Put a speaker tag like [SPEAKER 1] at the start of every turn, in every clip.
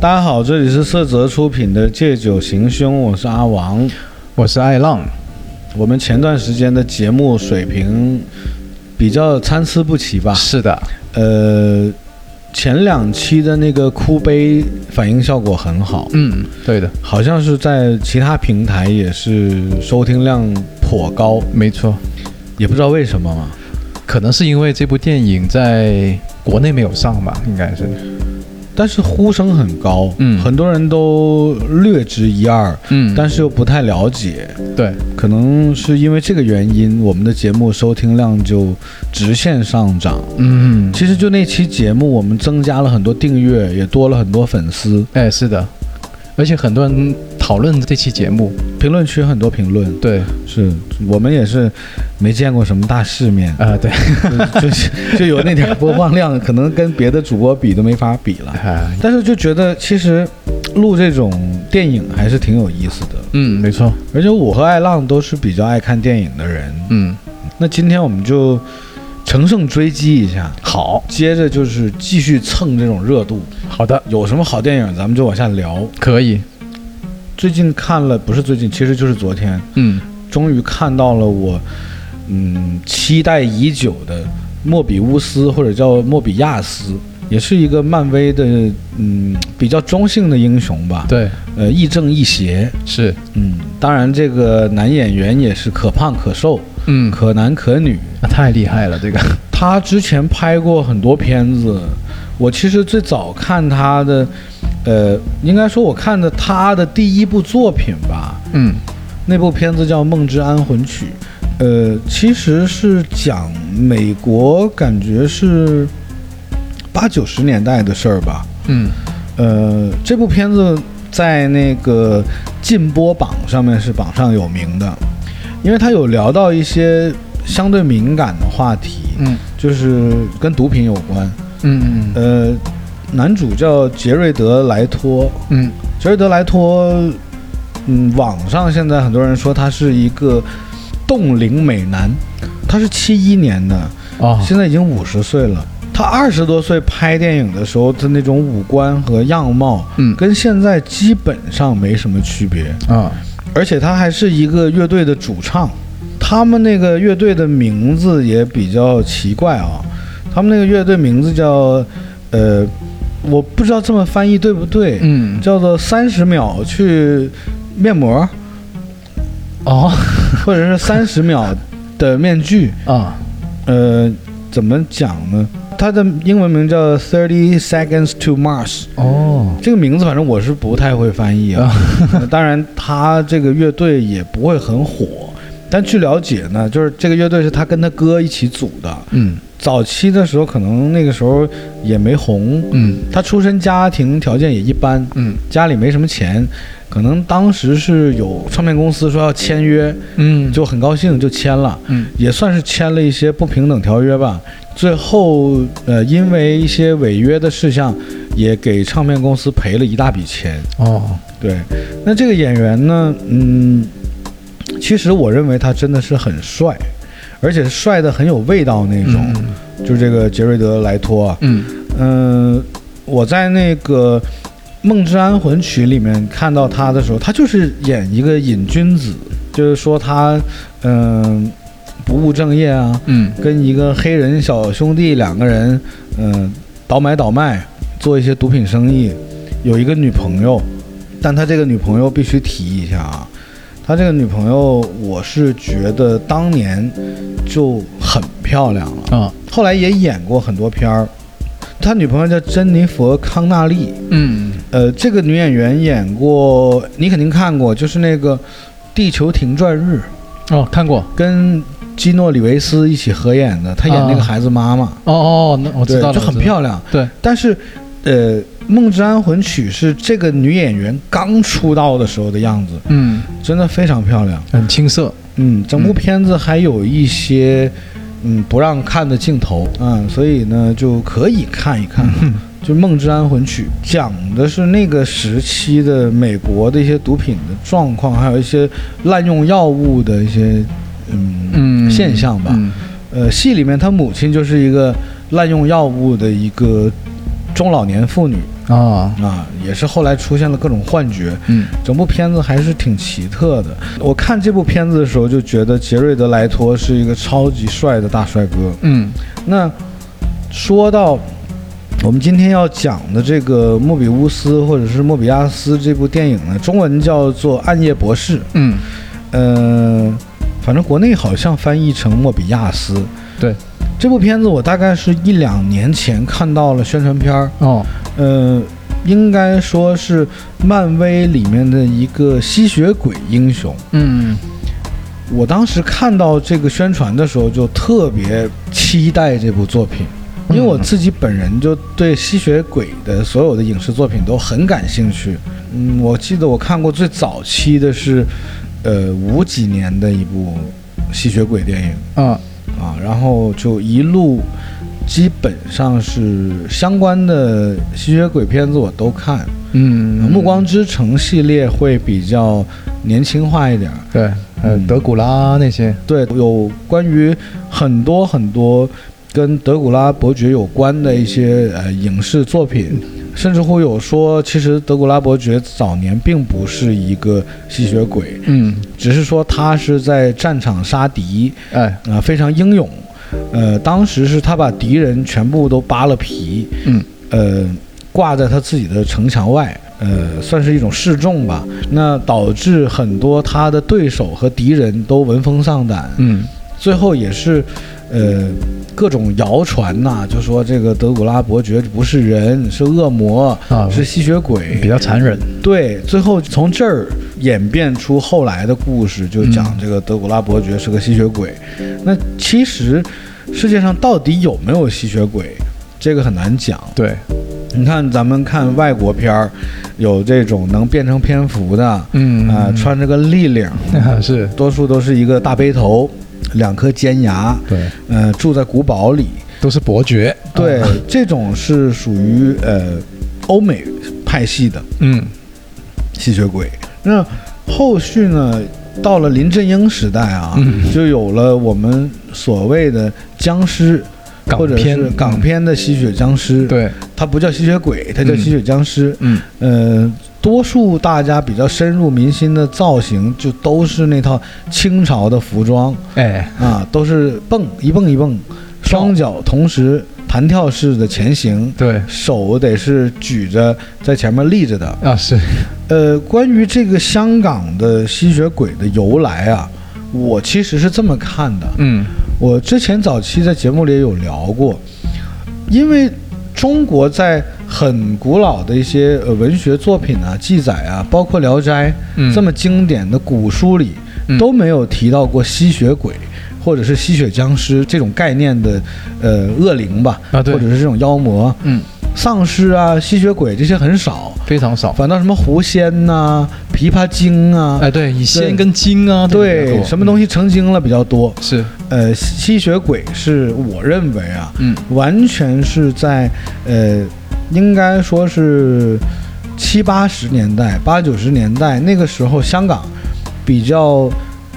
[SPEAKER 1] 大家好，这里是色泽出品的《借酒行凶》，我是阿王。
[SPEAKER 2] 我是爱浪，
[SPEAKER 1] 我们前段时间的节目水平比较参差不齐吧？
[SPEAKER 2] 是的，
[SPEAKER 1] 呃，前两期的那个哭悲反应效果很好，
[SPEAKER 2] 嗯，对的，
[SPEAKER 1] 好像是在其他平台也是收听量颇高，
[SPEAKER 2] 没错，
[SPEAKER 1] 也不知道为什么嘛。
[SPEAKER 2] 可能是因为这部电影在国内没有上吧，应该是，
[SPEAKER 1] 但是呼声很高，
[SPEAKER 2] 嗯
[SPEAKER 1] 很多人都略知一二，
[SPEAKER 2] 嗯
[SPEAKER 1] 但是又不太了解，
[SPEAKER 2] 对，
[SPEAKER 1] 可能是因为这个原因，我们的节目收听量就直线上涨。
[SPEAKER 2] 嗯，
[SPEAKER 1] 其实就那期节目，我们增加了很多订阅，也多了很多粉丝，
[SPEAKER 2] 哎，是的，而且很多人讨论这期节目，
[SPEAKER 1] 评论区很多评论，
[SPEAKER 2] 对，，
[SPEAKER 1] 是我们也是没见过什么大世面
[SPEAKER 2] 啊，对，
[SPEAKER 1] 就就是就有那点播放量，可能跟别的主播比都没法比了。
[SPEAKER 2] 啊，
[SPEAKER 1] 但是就觉得其实录这种电影还是挺有意思的，
[SPEAKER 2] 嗯，没错，
[SPEAKER 1] 而且我和爱浪都是比较爱看电影的人，
[SPEAKER 2] 嗯，
[SPEAKER 1] 那今天我们就乘胜追击一下，
[SPEAKER 2] 好，
[SPEAKER 1] 接着就是继续蹭这种热度，
[SPEAKER 2] 好的，
[SPEAKER 1] 有什么好电影咱们就往下聊。
[SPEAKER 2] 可以，
[SPEAKER 1] 最近看了，不是最近，其实就是昨天，
[SPEAKER 2] 嗯，
[SPEAKER 1] 终于看到了我嗯期待已久的莫比乌斯，或者叫莫比亚斯，也是一个漫威的嗯比较中性的英雄吧，
[SPEAKER 2] 对，
[SPEAKER 1] 呃亦正亦邪，
[SPEAKER 2] 是，
[SPEAKER 1] 嗯，当然这个男演员也是可胖可瘦，
[SPEAKER 2] 嗯，
[SPEAKER 1] 可男可女。
[SPEAKER 2] 那太厉害了，这个，
[SPEAKER 1] 他之前拍过很多片子，我其实最早看他的，呃，应该说我看的他的第一部作品吧，
[SPEAKER 2] 嗯，
[SPEAKER 1] 那部片子叫《梦之安魂曲》，呃，其实是讲美国，感觉是八九十年代的事儿吧。
[SPEAKER 2] 嗯，
[SPEAKER 1] 呃，这部片子在那个禁播榜上面是榜上有名的，因为它有聊到一些相对敏感的话题。
[SPEAKER 2] 嗯，
[SPEAKER 1] 就是跟毒品有关。
[SPEAKER 2] 嗯，嗯，
[SPEAKER 1] 呃，男主叫杰瑞德·莱托，
[SPEAKER 2] 嗯，
[SPEAKER 1] 杰瑞德·莱托，嗯，网上现在很多人说他是一个冻龄美男，他是七一年的，
[SPEAKER 2] 哦，
[SPEAKER 1] 现在已经五十岁了。他二十多岁拍电影的时候的那种五官和样貌，
[SPEAKER 2] 嗯，
[SPEAKER 1] 跟现在基本上没什么区别。
[SPEAKER 2] 啊，
[SPEAKER 1] 而且他还是一个乐队的主唱，他们那个乐队的名字也比较奇怪啊、他们那个乐队名字叫，呃，我不知道这么翻译对不对，
[SPEAKER 2] 嗯，
[SPEAKER 1] 叫做三十秒去面膜，
[SPEAKER 2] 哦，
[SPEAKER 1] 或者是三十秒的面具，
[SPEAKER 2] 啊，
[SPEAKER 1] 呃，怎么讲呢？它的英文名叫 Thirty Seconds to Mars，
[SPEAKER 2] 哦，
[SPEAKER 1] 这个名字反正我是不太会翻译啊。呃 当然，他这个乐队也不会很火，但据了解呢，就是这个乐队是他跟他哥一起组的。
[SPEAKER 2] 嗯，
[SPEAKER 1] 早期的时候，可能那个时候也没红，
[SPEAKER 2] 嗯，
[SPEAKER 1] 他出身家庭条件也一般，
[SPEAKER 2] 嗯，
[SPEAKER 1] 家里没什么钱，可能当时是有唱片公司说要签约，
[SPEAKER 2] 嗯，
[SPEAKER 1] 就很高兴就签了。
[SPEAKER 2] 嗯。
[SPEAKER 1] 也算是签了一些不平等条约吧。最后，呃，因为一些违约的事项，也给唱片公司赔了一大笔钱。
[SPEAKER 2] 哦，
[SPEAKER 1] 对，那这个演员呢，嗯，其实我认为他真的是很帅，而且帅的很有味道那种。就是这个杰瑞德·莱托啊，
[SPEAKER 2] 嗯
[SPEAKER 1] 嗯、我在那个《梦之安魂曲》里面看到他的时候，他就是演一个瘾君子，就是说他，嗯、不务正业啊，
[SPEAKER 2] 嗯
[SPEAKER 1] 跟一个黑人小兄弟两个人，嗯、倒买倒卖，做一些毒品生意，有一个女朋友，但他这个女朋友必须提一下啊，他这个女朋友，我是觉得当年就很漂亮了，
[SPEAKER 2] 啊，
[SPEAKER 1] 后来也演过很多片儿。他女朋友叫珍妮佛·康纳利，
[SPEAKER 2] 嗯
[SPEAKER 1] 呃，这个女演员演过，你肯定看过，就是那个《地球停转日》。
[SPEAKER 2] 哦，看过
[SPEAKER 1] 跟基诺里维斯一起合演的，她演那个
[SPEAKER 2] 啊
[SPEAKER 1] 孩子妈妈，
[SPEAKER 2] 哦哦，那我
[SPEAKER 1] 对，
[SPEAKER 2] 知道了，
[SPEAKER 1] 就很
[SPEAKER 2] 亮，
[SPEAKER 1] 漂亮。
[SPEAKER 2] 对，
[SPEAKER 1] 但是，呃，《梦之安魂曲》是这个女演员刚出道的时候的样子，
[SPEAKER 2] 嗯，
[SPEAKER 1] 真的非常漂亮。
[SPEAKER 2] 很青涩，
[SPEAKER 1] 嗯，整部片子还有一些嗯不让看的镜头，嗯，所以呢就可以看一看。
[SPEAKER 2] 嗯
[SPEAKER 1] 就《梦之安魂曲》讲的是那个时期的美国的一些毒品的状况，还有一些滥用药物的一些
[SPEAKER 2] 嗯，
[SPEAKER 1] 现象吧
[SPEAKER 2] 嗯
[SPEAKER 1] 呃，戏里面他母亲就是一个滥用药物的一个中老年妇女，
[SPEAKER 2] 啊，
[SPEAKER 1] 啊，也是后来出现了各种幻觉，
[SPEAKER 2] 嗯
[SPEAKER 1] 整部片子还是挺奇特的。我看这部片子的时候就觉得杰瑞德莱托是一个超级帅的大帅哥。
[SPEAKER 2] 嗯
[SPEAKER 1] 那说到我们今天要讲的这个《莫比乌斯》或者是《莫比亚斯》这部电影呢，中文叫做《暗夜博士》，
[SPEAKER 2] 嗯，
[SPEAKER 1] 嗯，反正国内好像翻译成《莫比亚斯》。
[SPEAKER 2] 对，
[SPEAKER 1] 这部片子我大概是一两年前看到了宣传片儿，
[SPEAKER 2] 哦，
[SPEAKER 1] 呃，应该说是漫威里面的一个吸血鬼英雄。
[SPEAKER 2] 嗯
[SPEAKER 1] 我当时看到这个宣传的时候，就特别期待这部作品，因为我自己本人就对吸血鬼的所有的影视作品都很感兴趣。嗯，我记得我看过最早期的是，呃，五几年的一部吸血鬼电影。
[SPEAKER 2] 啊，
[SPEAKER 1] 啊，然后就一路基本上是相关的吸血鬼片子我都看，
[SPEAKER 2] 嗯，
[SPEAKER 1] 暮光之城》系列会比较年轻化一点儿。
[SPEAKER 2] 对，呃，
[SPEAKER 1] 嗯
[SPEAKER 2] 德古拉那些，
[SPEAKER 1] 对，有关于很多很多跟德古拉伯爵有关的一些呃影视作品，甚至乎有说，其实德古拉伯爵早年并不是一个吸血鬼，
[SPEAKER 2] 嗯，
[SPEAKER 1] 只是说他是在战场杀敌，
[SPEAKER 2] 哎，
[SPEAKER 1] 啊、非常英勇。呃，当时是他把敌人全部都扒了皮，
[SPEAKER 2] 嗯，
[SPEAKER 1] 呃，挂在他自己的城墙外，呃，算是一种示众吧。那导致很多他的对手和敌人都闻风丧胆，
[SPEAKER 2] 嗯
[SPEAKER 1] 最后也是，呃，各种谣传呐、就说这个德古拉伯爵不是人，是恶魔，
[SPEAKER 2] 啊，
[SPEAKER 1] 是吸血鬼，
[SPEAKER 2] 比较残忍，
[SPEAKER 1] 对，最后从这儿演变出后来的故事，就讲
[SPEAKER 2] 嗯
[SPEAKER 1] 这个德古拉伯爵是个吸血鬼。那其实世界上到底有没有吸血鬼，这个很难讲。
[SPEAKER 2] 对，
[SPEAKER 1] 你看咱们看外国片儿，有这种能变成蝙蝠的，啊、
[SPEAKER 2] 嗯
[SPEAKER 1] 穿着个立领，
[SPEAKER 2] 是，
[SPEAKER 1] 多数都是一个大背头，两颗尖牙，
[SPEAKER 2] 对，
[SPEAKER 1] 呃，住在古堡里。
[SPEAKER 2] 都是伯爵，
[SPEAKER 1] 对，
[SPEAKER 2] 啊
[SPEAKER 1] 这种是属于呃欧美派系的。
[SPEAKER 2] 嗯
[SPEAKER 1] 吸血鬼。那后续呢，到了林正英时代啊，
[SPEAKER 2] 嗯
[SPEAKER 1] 就有了我们所谓的僵尸，
[SPEAKER 2] 港
[SPEAKER 1] 或者
[SPEAKER 2] 片嗯
[SPEAKER 1] 是港片的吸血僵尸。，
[SPEAKER 2] 对，
[SPEAKER 1] 它不叫吸血鬼，它叫吸血僵尸。
[SPEAKER 2] 嗯
[SPEAKER 1] 呃，多数大家比较深入民心的造型，就都是那套清朝的服装
[SPEAKER 2] 哎，
[SPEAKER 1] 啊，都是蹦一蹦一蹦，双脚同时弹跳式的前行。
[SPEAKER 2] 对
[SPEAKER 1] 手得是举着在前面立着的，
[SPEAKER 2] 啊是，
[SPEAKER 1] 呃，关于这个香港的吸血鬼的由来啊，我其实是这么看的。
[SPEAKER 2] 嗯
[SPEAKER 1] 我之前早期在节目里也有聊过，因为中国在很古老的一些呃文学作品啊、记载啊，包括《聊斋》
[SPEAKER 2] 嗯，
[SPEAKER 1] 这么经典的古书里，
[SPEAKER 2] 嗯
[SPEAKER 1] 都没有提到过吸血鬼或者是吸血僵尸这种概念的呃恶灵吧，
[SPEAKER 2] 啊对
[SPEAKER 1] 或者是这种妖魔、
[SPEAKER 2] 嗯
[SPEAKER 1] 丧尸啊、吸血鬼这些很少。
[SPEAKER 2] 非常少，
[SPEAKER 1] 反倒什么狐仙呐、琵琶精啊，
[SPEAKER 2] 哎对，以
[SPEAKER 1] 对
[SPEAKER 2] 仙跟精啊，
[SPEAKER 1] 对，什么东
[SPEAKER 2] 西
[SPEAKER 1] 西成精了比较多。
[SPEAKER 2] 是，
[SPEAKER 1] 呃，吸血鬼是我认为啊，
[SPEAKER 2] 嗯
[SPEAKER 1] 完全是在呃，应该说是七八十年代、八九十年代那个时候，香港比较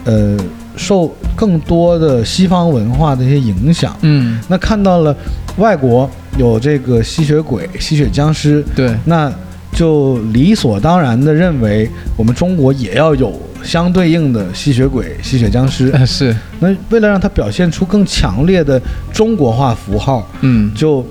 [SPEAKER 1] 呃受更多的西方文化的一些影响。
[SPEAKER 2] 嗯
[SPEAKER 1] 那看到了外国有这个吸血鬼、吸血僵尸，
[SPEAKER 2] 对，
[SPEAKER 1] 那就理所当然地认为我们中国也要有相对应的吸血鬼、吸血僵尸。
[SPEAKER 2] 哎是，
[SPEAKER 1] 那为了让它表现出更强烈的中国化符号，
[SPEAKER 2] 嗯
[SPEAKER 1] 就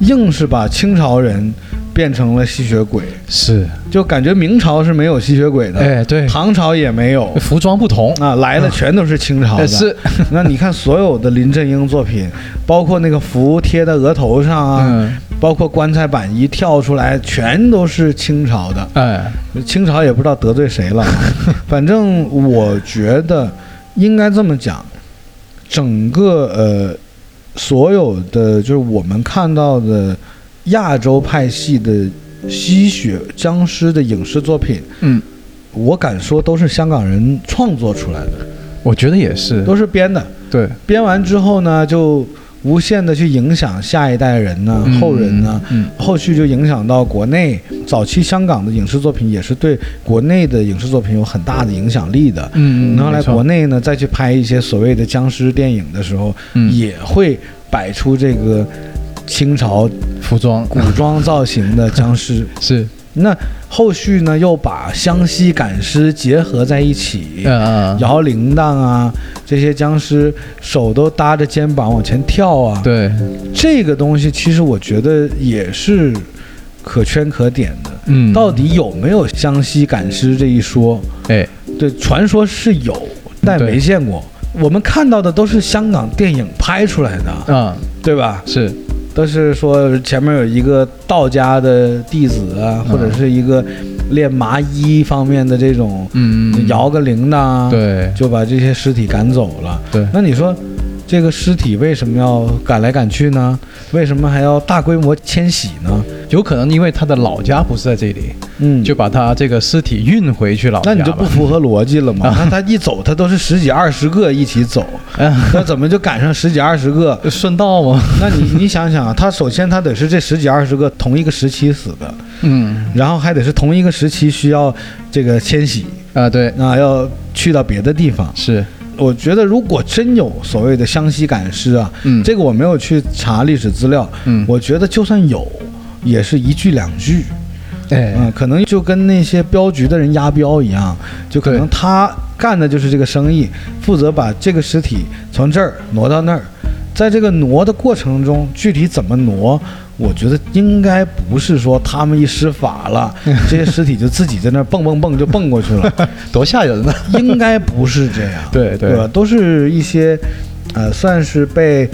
[SPEAKER 1] 硬是把清朝人变成了吸血鬼，
[SPEAKER 2] 是，
[SPEAKER 1] 就感觉明朝是没有吸血鬼的，
[SPEAKER 2] 哎对，
[SPEAKER 1] 唐朝也没有。
[SPEAKER 2] 服装不同，
[SPEAKER 1] 啊，来的全都是清朝的。
[SPEAKER 2] 哎嗯是，
[SPEAKER 1] 那你看所有的林正英作品，包括那个符贴在额头上啊，
[SPEAKER 2] 嗯
[SPEAKER 1] 包括棺材板一跳出来，全都是清朝的。
[SPEAKER 2] 哎
[SPEAKER 1] 清朝也不知道得罪谁了， 反正我觉得应该这么讲，整个呃所有的就是我们看到的亚洲派系的吸血僵尸的影视作品，
[SPEAKER 2] 嗯，
[SPEAKER 1] 我敢说都是香港人创作出来的，
[SPEAKER 2] 我觉得也是，
[SPEAKER 1] 都是编的。
[SPEAKER 2] 对，
[SPEAKER 1] 编完之后呢，就无限的去影响下一代人呢、
[SPEAKER 2] 嗯
[SPEAKER 1] 后人呢、，
[SPEAKER 2] 嗯
[SPEAKER 1] 后续就影响到国内早期香港的影视作品，也是对国内的影视作品有很大的影响力的。
[SPEAKER 2] 嗯嗯，
[SPEAKER 1] 然后来
[SPEAKER 2] 没错
[SPEAKER 1] 国内呢，再去拍一些所谓的僵尸电影的时候，
[SPEAKER 2] 嗯
[SPEAKER 1] 也会摆出这个清朝
[SPEAKER 2] 服装啊
[SPEAKER 1] 古装造型的僵尸。
[SPEAKER 2] 是，
[SPEAKER 1] 那后续呢，又把湘西赶尸结合在一起，
[SPEAKER 2] 嗯嗯，
[SPEAKER 1] 摇铃铛啊，这些僵尸手都搭着肩膀往前跳啊，
[SPEAKER 2] 嗯对，
[SPEAKER 1] 这个东西其实我觉得也是可圈可点的。
[SPEAKER 2] 嗯，
[SPEAKER 1] 到底有没有湘西赶尸这一说？
[SPEAKER 2] 哎，
[SPEAKER 1] 对，传说是有，但
[SPEAKER 2] 对
[SPEAKER 1] 没见过。我们看到的都是香港电影拍出来的，
[SPEAKER 2] 嗯，
[SPEAKER 1] 对吧？
[SPEAKER 2] 是，
[SPEAKER 1] 都是说前面有一个道家的弟子啊，
[SPEAKER 2] 嗯
[SPEAKER 1] 或者是一个练麻衣方面的这种，
[SPEAKER 2] 嗯嗯，
[SPEAKER 1] 摇个铃铛，，啊
[SPEAKER 2] 对
[SPEAKER 1] 就把这些尸体赶走了。
[SPEAKER 2] 对，
[SPEAKER 1] 那你说，这个尸体为什么要赶来赶去呢？为什么还要大规模迁徙呢？
[SPEAKER 2] 有可能因为他的老家不是在这里，
[SPEAKER 1] 嗯，
[SPEAKER 2] 就把他这个尸体运回去老家
[SPEAKER 1] 那
[SPEAKER 2] 吧。
[SPEAKER 1] 你就不符合逻辑了嘛？那他一走，他都是十几二十个一起走，
[SPEAKER 2] 嗯
[SPEAKER 1] 那怎么就赶上十几二十个？
[SPEAKER 2] 顺道吗？
[SPEAKER 1] 那你你想想啊，他首先他得是这十几二十个同一个时期死的，
[SPEAKER 2] 嗯
[SPEAKER 1] 然后还得是同一个时期需要这个迁徙
[SPEAKER 2] 啊，对，
[SPEAKER 1] 啊，要去到别的地方。
[SPEAKER 2] 是，
[SPEAKER 1] 我觉得如果真有所谓的湘西赶尸啊，
[SPEAKER 2] 嗯，
[SPEAKER 1] 这个我没有去查历史资料，
[SPEAKER 2] 嗯，
[SPEAKER 1] 我觉得就算有，也是一句两句，
[SPEAKER 2] 哎，
[SPEAKER 1] 嗯，可能就跟那些镖局的人押镖一样，就可能
[SPEAKER 2] 对
[SPEAKER 1] 他干的就是这个生意，负责把这个尸体从这儿挪到那儿，在这个挪的过程中，具体怎么挪，我觉得应该不是说他们一施法 了，这些尸体就自己在那儿蹦蹦蹦就蹦过去了，
[SPEAKER 2] 多吓人啊呢！
[SPEAKER 1] 应该不是这样，
[SPEAKER 2] 对
[SPEAKER 1] 对吧？都是一些，呃，算是被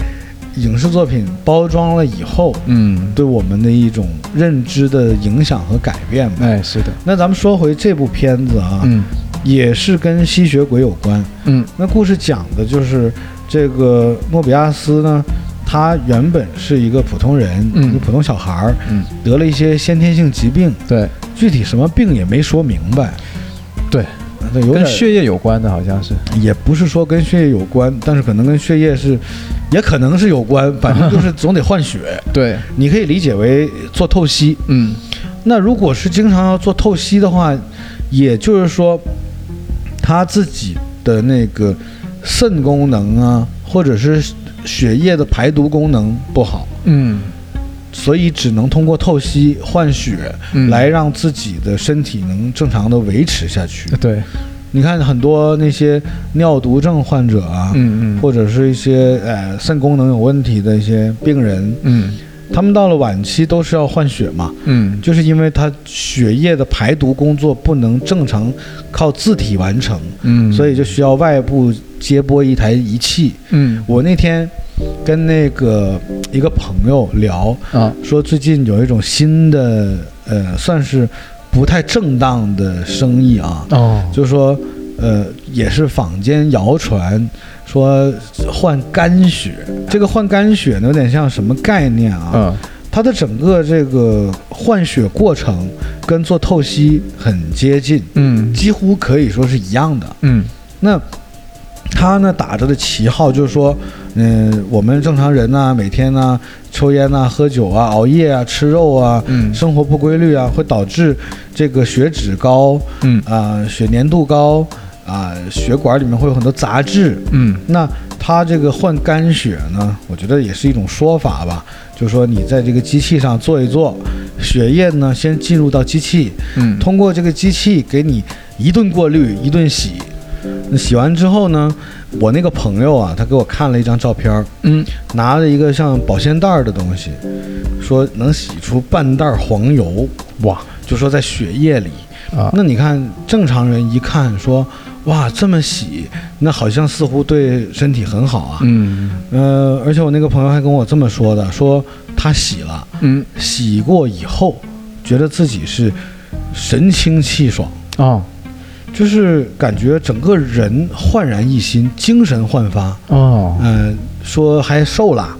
[SPEAKER 1] 影视作品包装了以后。
[SPEAKER 2] 嗯，
[SPEAKER 1] 对我们的一种认知的影响和改变吧。
[SPEAKER 2] 哎，是的，
[SPEAKER 1] 那咱们说回这部片子啊，
[SPEAKER 2] 嗯
[SPEAKER 1] 也是跟吸血鬼有关。
[SPEAKER 2] 嗯
[SPEAKER 1] 那故事讲的就是这个莫比亚斯呢，他原本是一个普通人，
[SPEAKER 2] 嗯
[SPEAKER 1] 一个普通小孩儿，
[SPEAKER 2] 嗯，
[SPEAKER 1] 得了一些先天性疾病，
[SPEAKER 2] 对
[SPEAKER 1] 具体什么病也没说明白。
[SPEAKER 2] 对，
[SPEAKER 1] 那有
[SPEAKER 2] 跟
[SPEAKER 1] 点
[SPEAKER 2] 血液有关的，好像是，
[SPEAKER 1] 也不是说跟血液有关，但是可能跟血液是，也可能是有关，反正就是总得换血。
[SPEAKER 2] 对，
[SPEAKER 1] 你可以理解为做透析。
[SPEAKER 2] 嗯
[SPEAKER 1] 那如果是经常要做透析的话，也就是说，他自己的那个肾功能啊，或者是血液的排毒功能不好，
[SPEAKER 2] 嗯
[SPEAKER 1] 所以只能通过透析换血
[SPEAKER 2] 嗯
[SPEAKER 1] 来让自己的身体能正常的维持下去。
[SPEAKER 2] 对，
[SPEAKER 1] 你看很多那些尿毒症患者啊，
[SPEAKER 2] 嗯嗯
[SPEAKER 1] 或者是一些呃肾功能有问题的一些病人，
[SPEAKER 2] 嗯
[SPEAKER 1] 他们到了晚期都是要换血嘛。
[SPEAKER 2] 嗯，
[SPEAKER 1] 就是因为他血液的排毒工作不能正常靠自体完成，
[SPEAKER 2] 嗯，
[SPEAKER 1] 所以就需要外部接拨一台仪器。
[SPEAKER 2] 嗯
[SPEAKER 1] 我那天跟那个一个朋友聊，
[SPEAKER 2] 啊
[SPEAKER 1] 说最近有一种新的呃，算是不太正当的生意啊，
[SPEAKER 2] 哦，
[SPEAKER 1] 就说呃，也是坊间谣传说换肝血，这个换肝血呢有点像什么概念啊？
[SPEAKER 2] 嗯
[SPEAKER 1] 它的整个这个换血过程跟做透析很接近，
[SPEAKER 2] 嗯
[SPEAKER 1] 几乎可以说是一样的。
[SPEAKER 2] 嗯
[SPEAKER 1] 那它呢打着的旗号就是说，嗯、我们正常人呢、每天呢、抽烟呐、喝酒啊、熬夜啊、吃肉啊，
[SPEAKER 2] 嗯
[SPEAKER 1] 生活不规律啊，会导致这个血脂高
[SPEAKER 2] 嗯
[SPEAKER 1] 啊、血粘度高啊、血管里面会有很多杂质，
[SPEAKER 2] 嗯
[SPEAKER 1] 那它这个换肝血呢，我觉得也是一种说法吧，就说你在这个机器上做一做，血液呢先进入到机器，
[SPEAKER 2] 嗯，
[SPEAKER 1] 通过这个机器给你一顿过滤，一顿洗。那洗完之后呢，我那个朋友啊，他给我看了一张照片儿，
[SPEAKER 2] 嗯
[SPEAKER 1] 拿了一个像保鲜袋儿的东西，说能洗出半袋儿黄油，
[SPEAKER 2] 哇
[SPEAKER 1] 就说在血液里。
[SPEAKER 2] 啊
[SPEAKER 1] 那你看，正常人一看说，哇，这么洗，那好像似乎对身体很好啊。
[SPEAKER 2] 嗯
[SPEAKER 1] 呃，而且我那个朋友还跟我这么说的，说他洗了，
[SPEAKER 2] 嗯
[SPEAKER 1] 洗过以后，觉得自己是神清气爽，
[SPEAKER 2] 哦
[SPEAKER 1] 就是感觉整个人焕然一新，精神焕发。
[SPEAKER 2] 哦
[SPEAKER 1] 嗯，说还瘦了，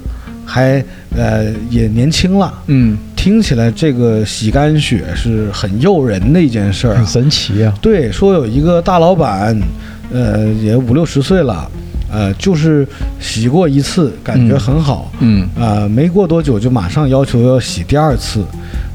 [SPEAKER 1] 还呃也年轻了。
[SPEAKER 2] 嗯，
[SPEAKER 1] 听起来这个洗肝血是很诱人的一件事儿、啊
[SPEAKER 2] 很，神奇啊，
[SPEAKER 1] 对，说有一个大老板，呃，也五六十岁了，呃，就是洗过一次，感觉
[SPEAKER 2] 嗯
[SPEAKER 1] 很好，
[SPEAKER 2] 嗯
[SPEAKER 1] 呃，没过多久就马上要求要洗第二次，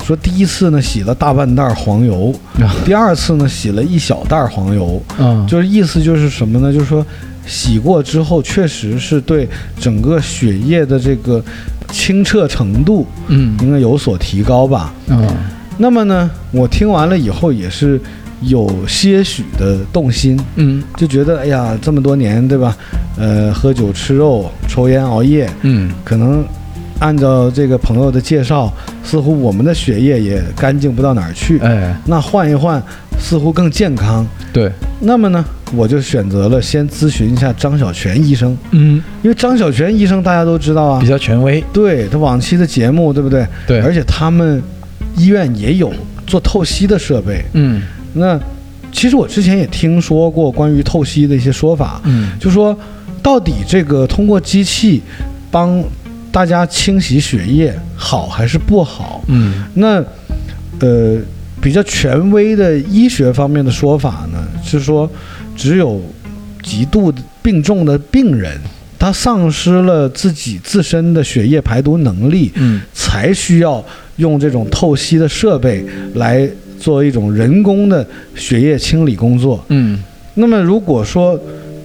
[SPEAKER 1] 说第一次呢洗了大半袋儿黄油，
[SPEAKER 2] 啊
[SPEAKER 1] 第二次呢洗了一小袋儿黄油，
[SPEAKER 2] 啊
[SPEAKER 1] 就是意思就是什么呢？就是说洗过之后，确实是对整个血液的这个清澈程度
[SPEAKER 2] 嗯
[SPEAKER 1] 应该有所提高吧。
[SPEAKER 2] 嗯
[SPEAKER 1] 那么呢，我听完了以后也是有些许的动心，
[SPEAKER 2] 嗯
[SPEAKER 1] 就觉得哎呀，这么多年对吧？呃，喝酒吃肉、抽烟熬夜，
[SPEAKER 2] 嗯
[SPEAKER 1] 可能按照这个朋友的介绍，似乎我们的血液也干净不到哪儿去。
[SPEAKER 2] 哎
[SPEAKER 1] 那换一换，似乎更健康。
[SPEAKER 2] 对
[SPEAKER 1] 那么呢，我就选择了先咨询一下张小泉医生，
[SPEAKER 2] 嗯
[SPEAKER 1] 因为张小泉医生大家都知道啊
[SPEAKER 2] 比，较权威
[SPEAKER 1] 对他往期的节目，对不对？
[SPEAKER 2] 对
[SPEAKER 1] 而且他们医院也有做透析的设备。
[SPEAKER 2] 嗯
[SPEAKER 1] 那其实我之前也听说过关于透析的一些说法，
[SPEAKER 2] 嗯
[SPEAKER 1] 就说到底这个通过机器帮大家清洗血液好还是不好？
[SPEAKER 2] 嗯
[SPEAKER 1] 那呃，比较权威的医学方面的说法呢，是说只有极度病重的病人，他丧失了自己自身的血液排毒能力，
[SPEAKER 2] 嗯
[SPEAKER 1] 才需要用这种透析的设备来做一种人工的血液清理工作。
[SPEAKER 2] 嗯
[SPEAKER 1] 那么如果说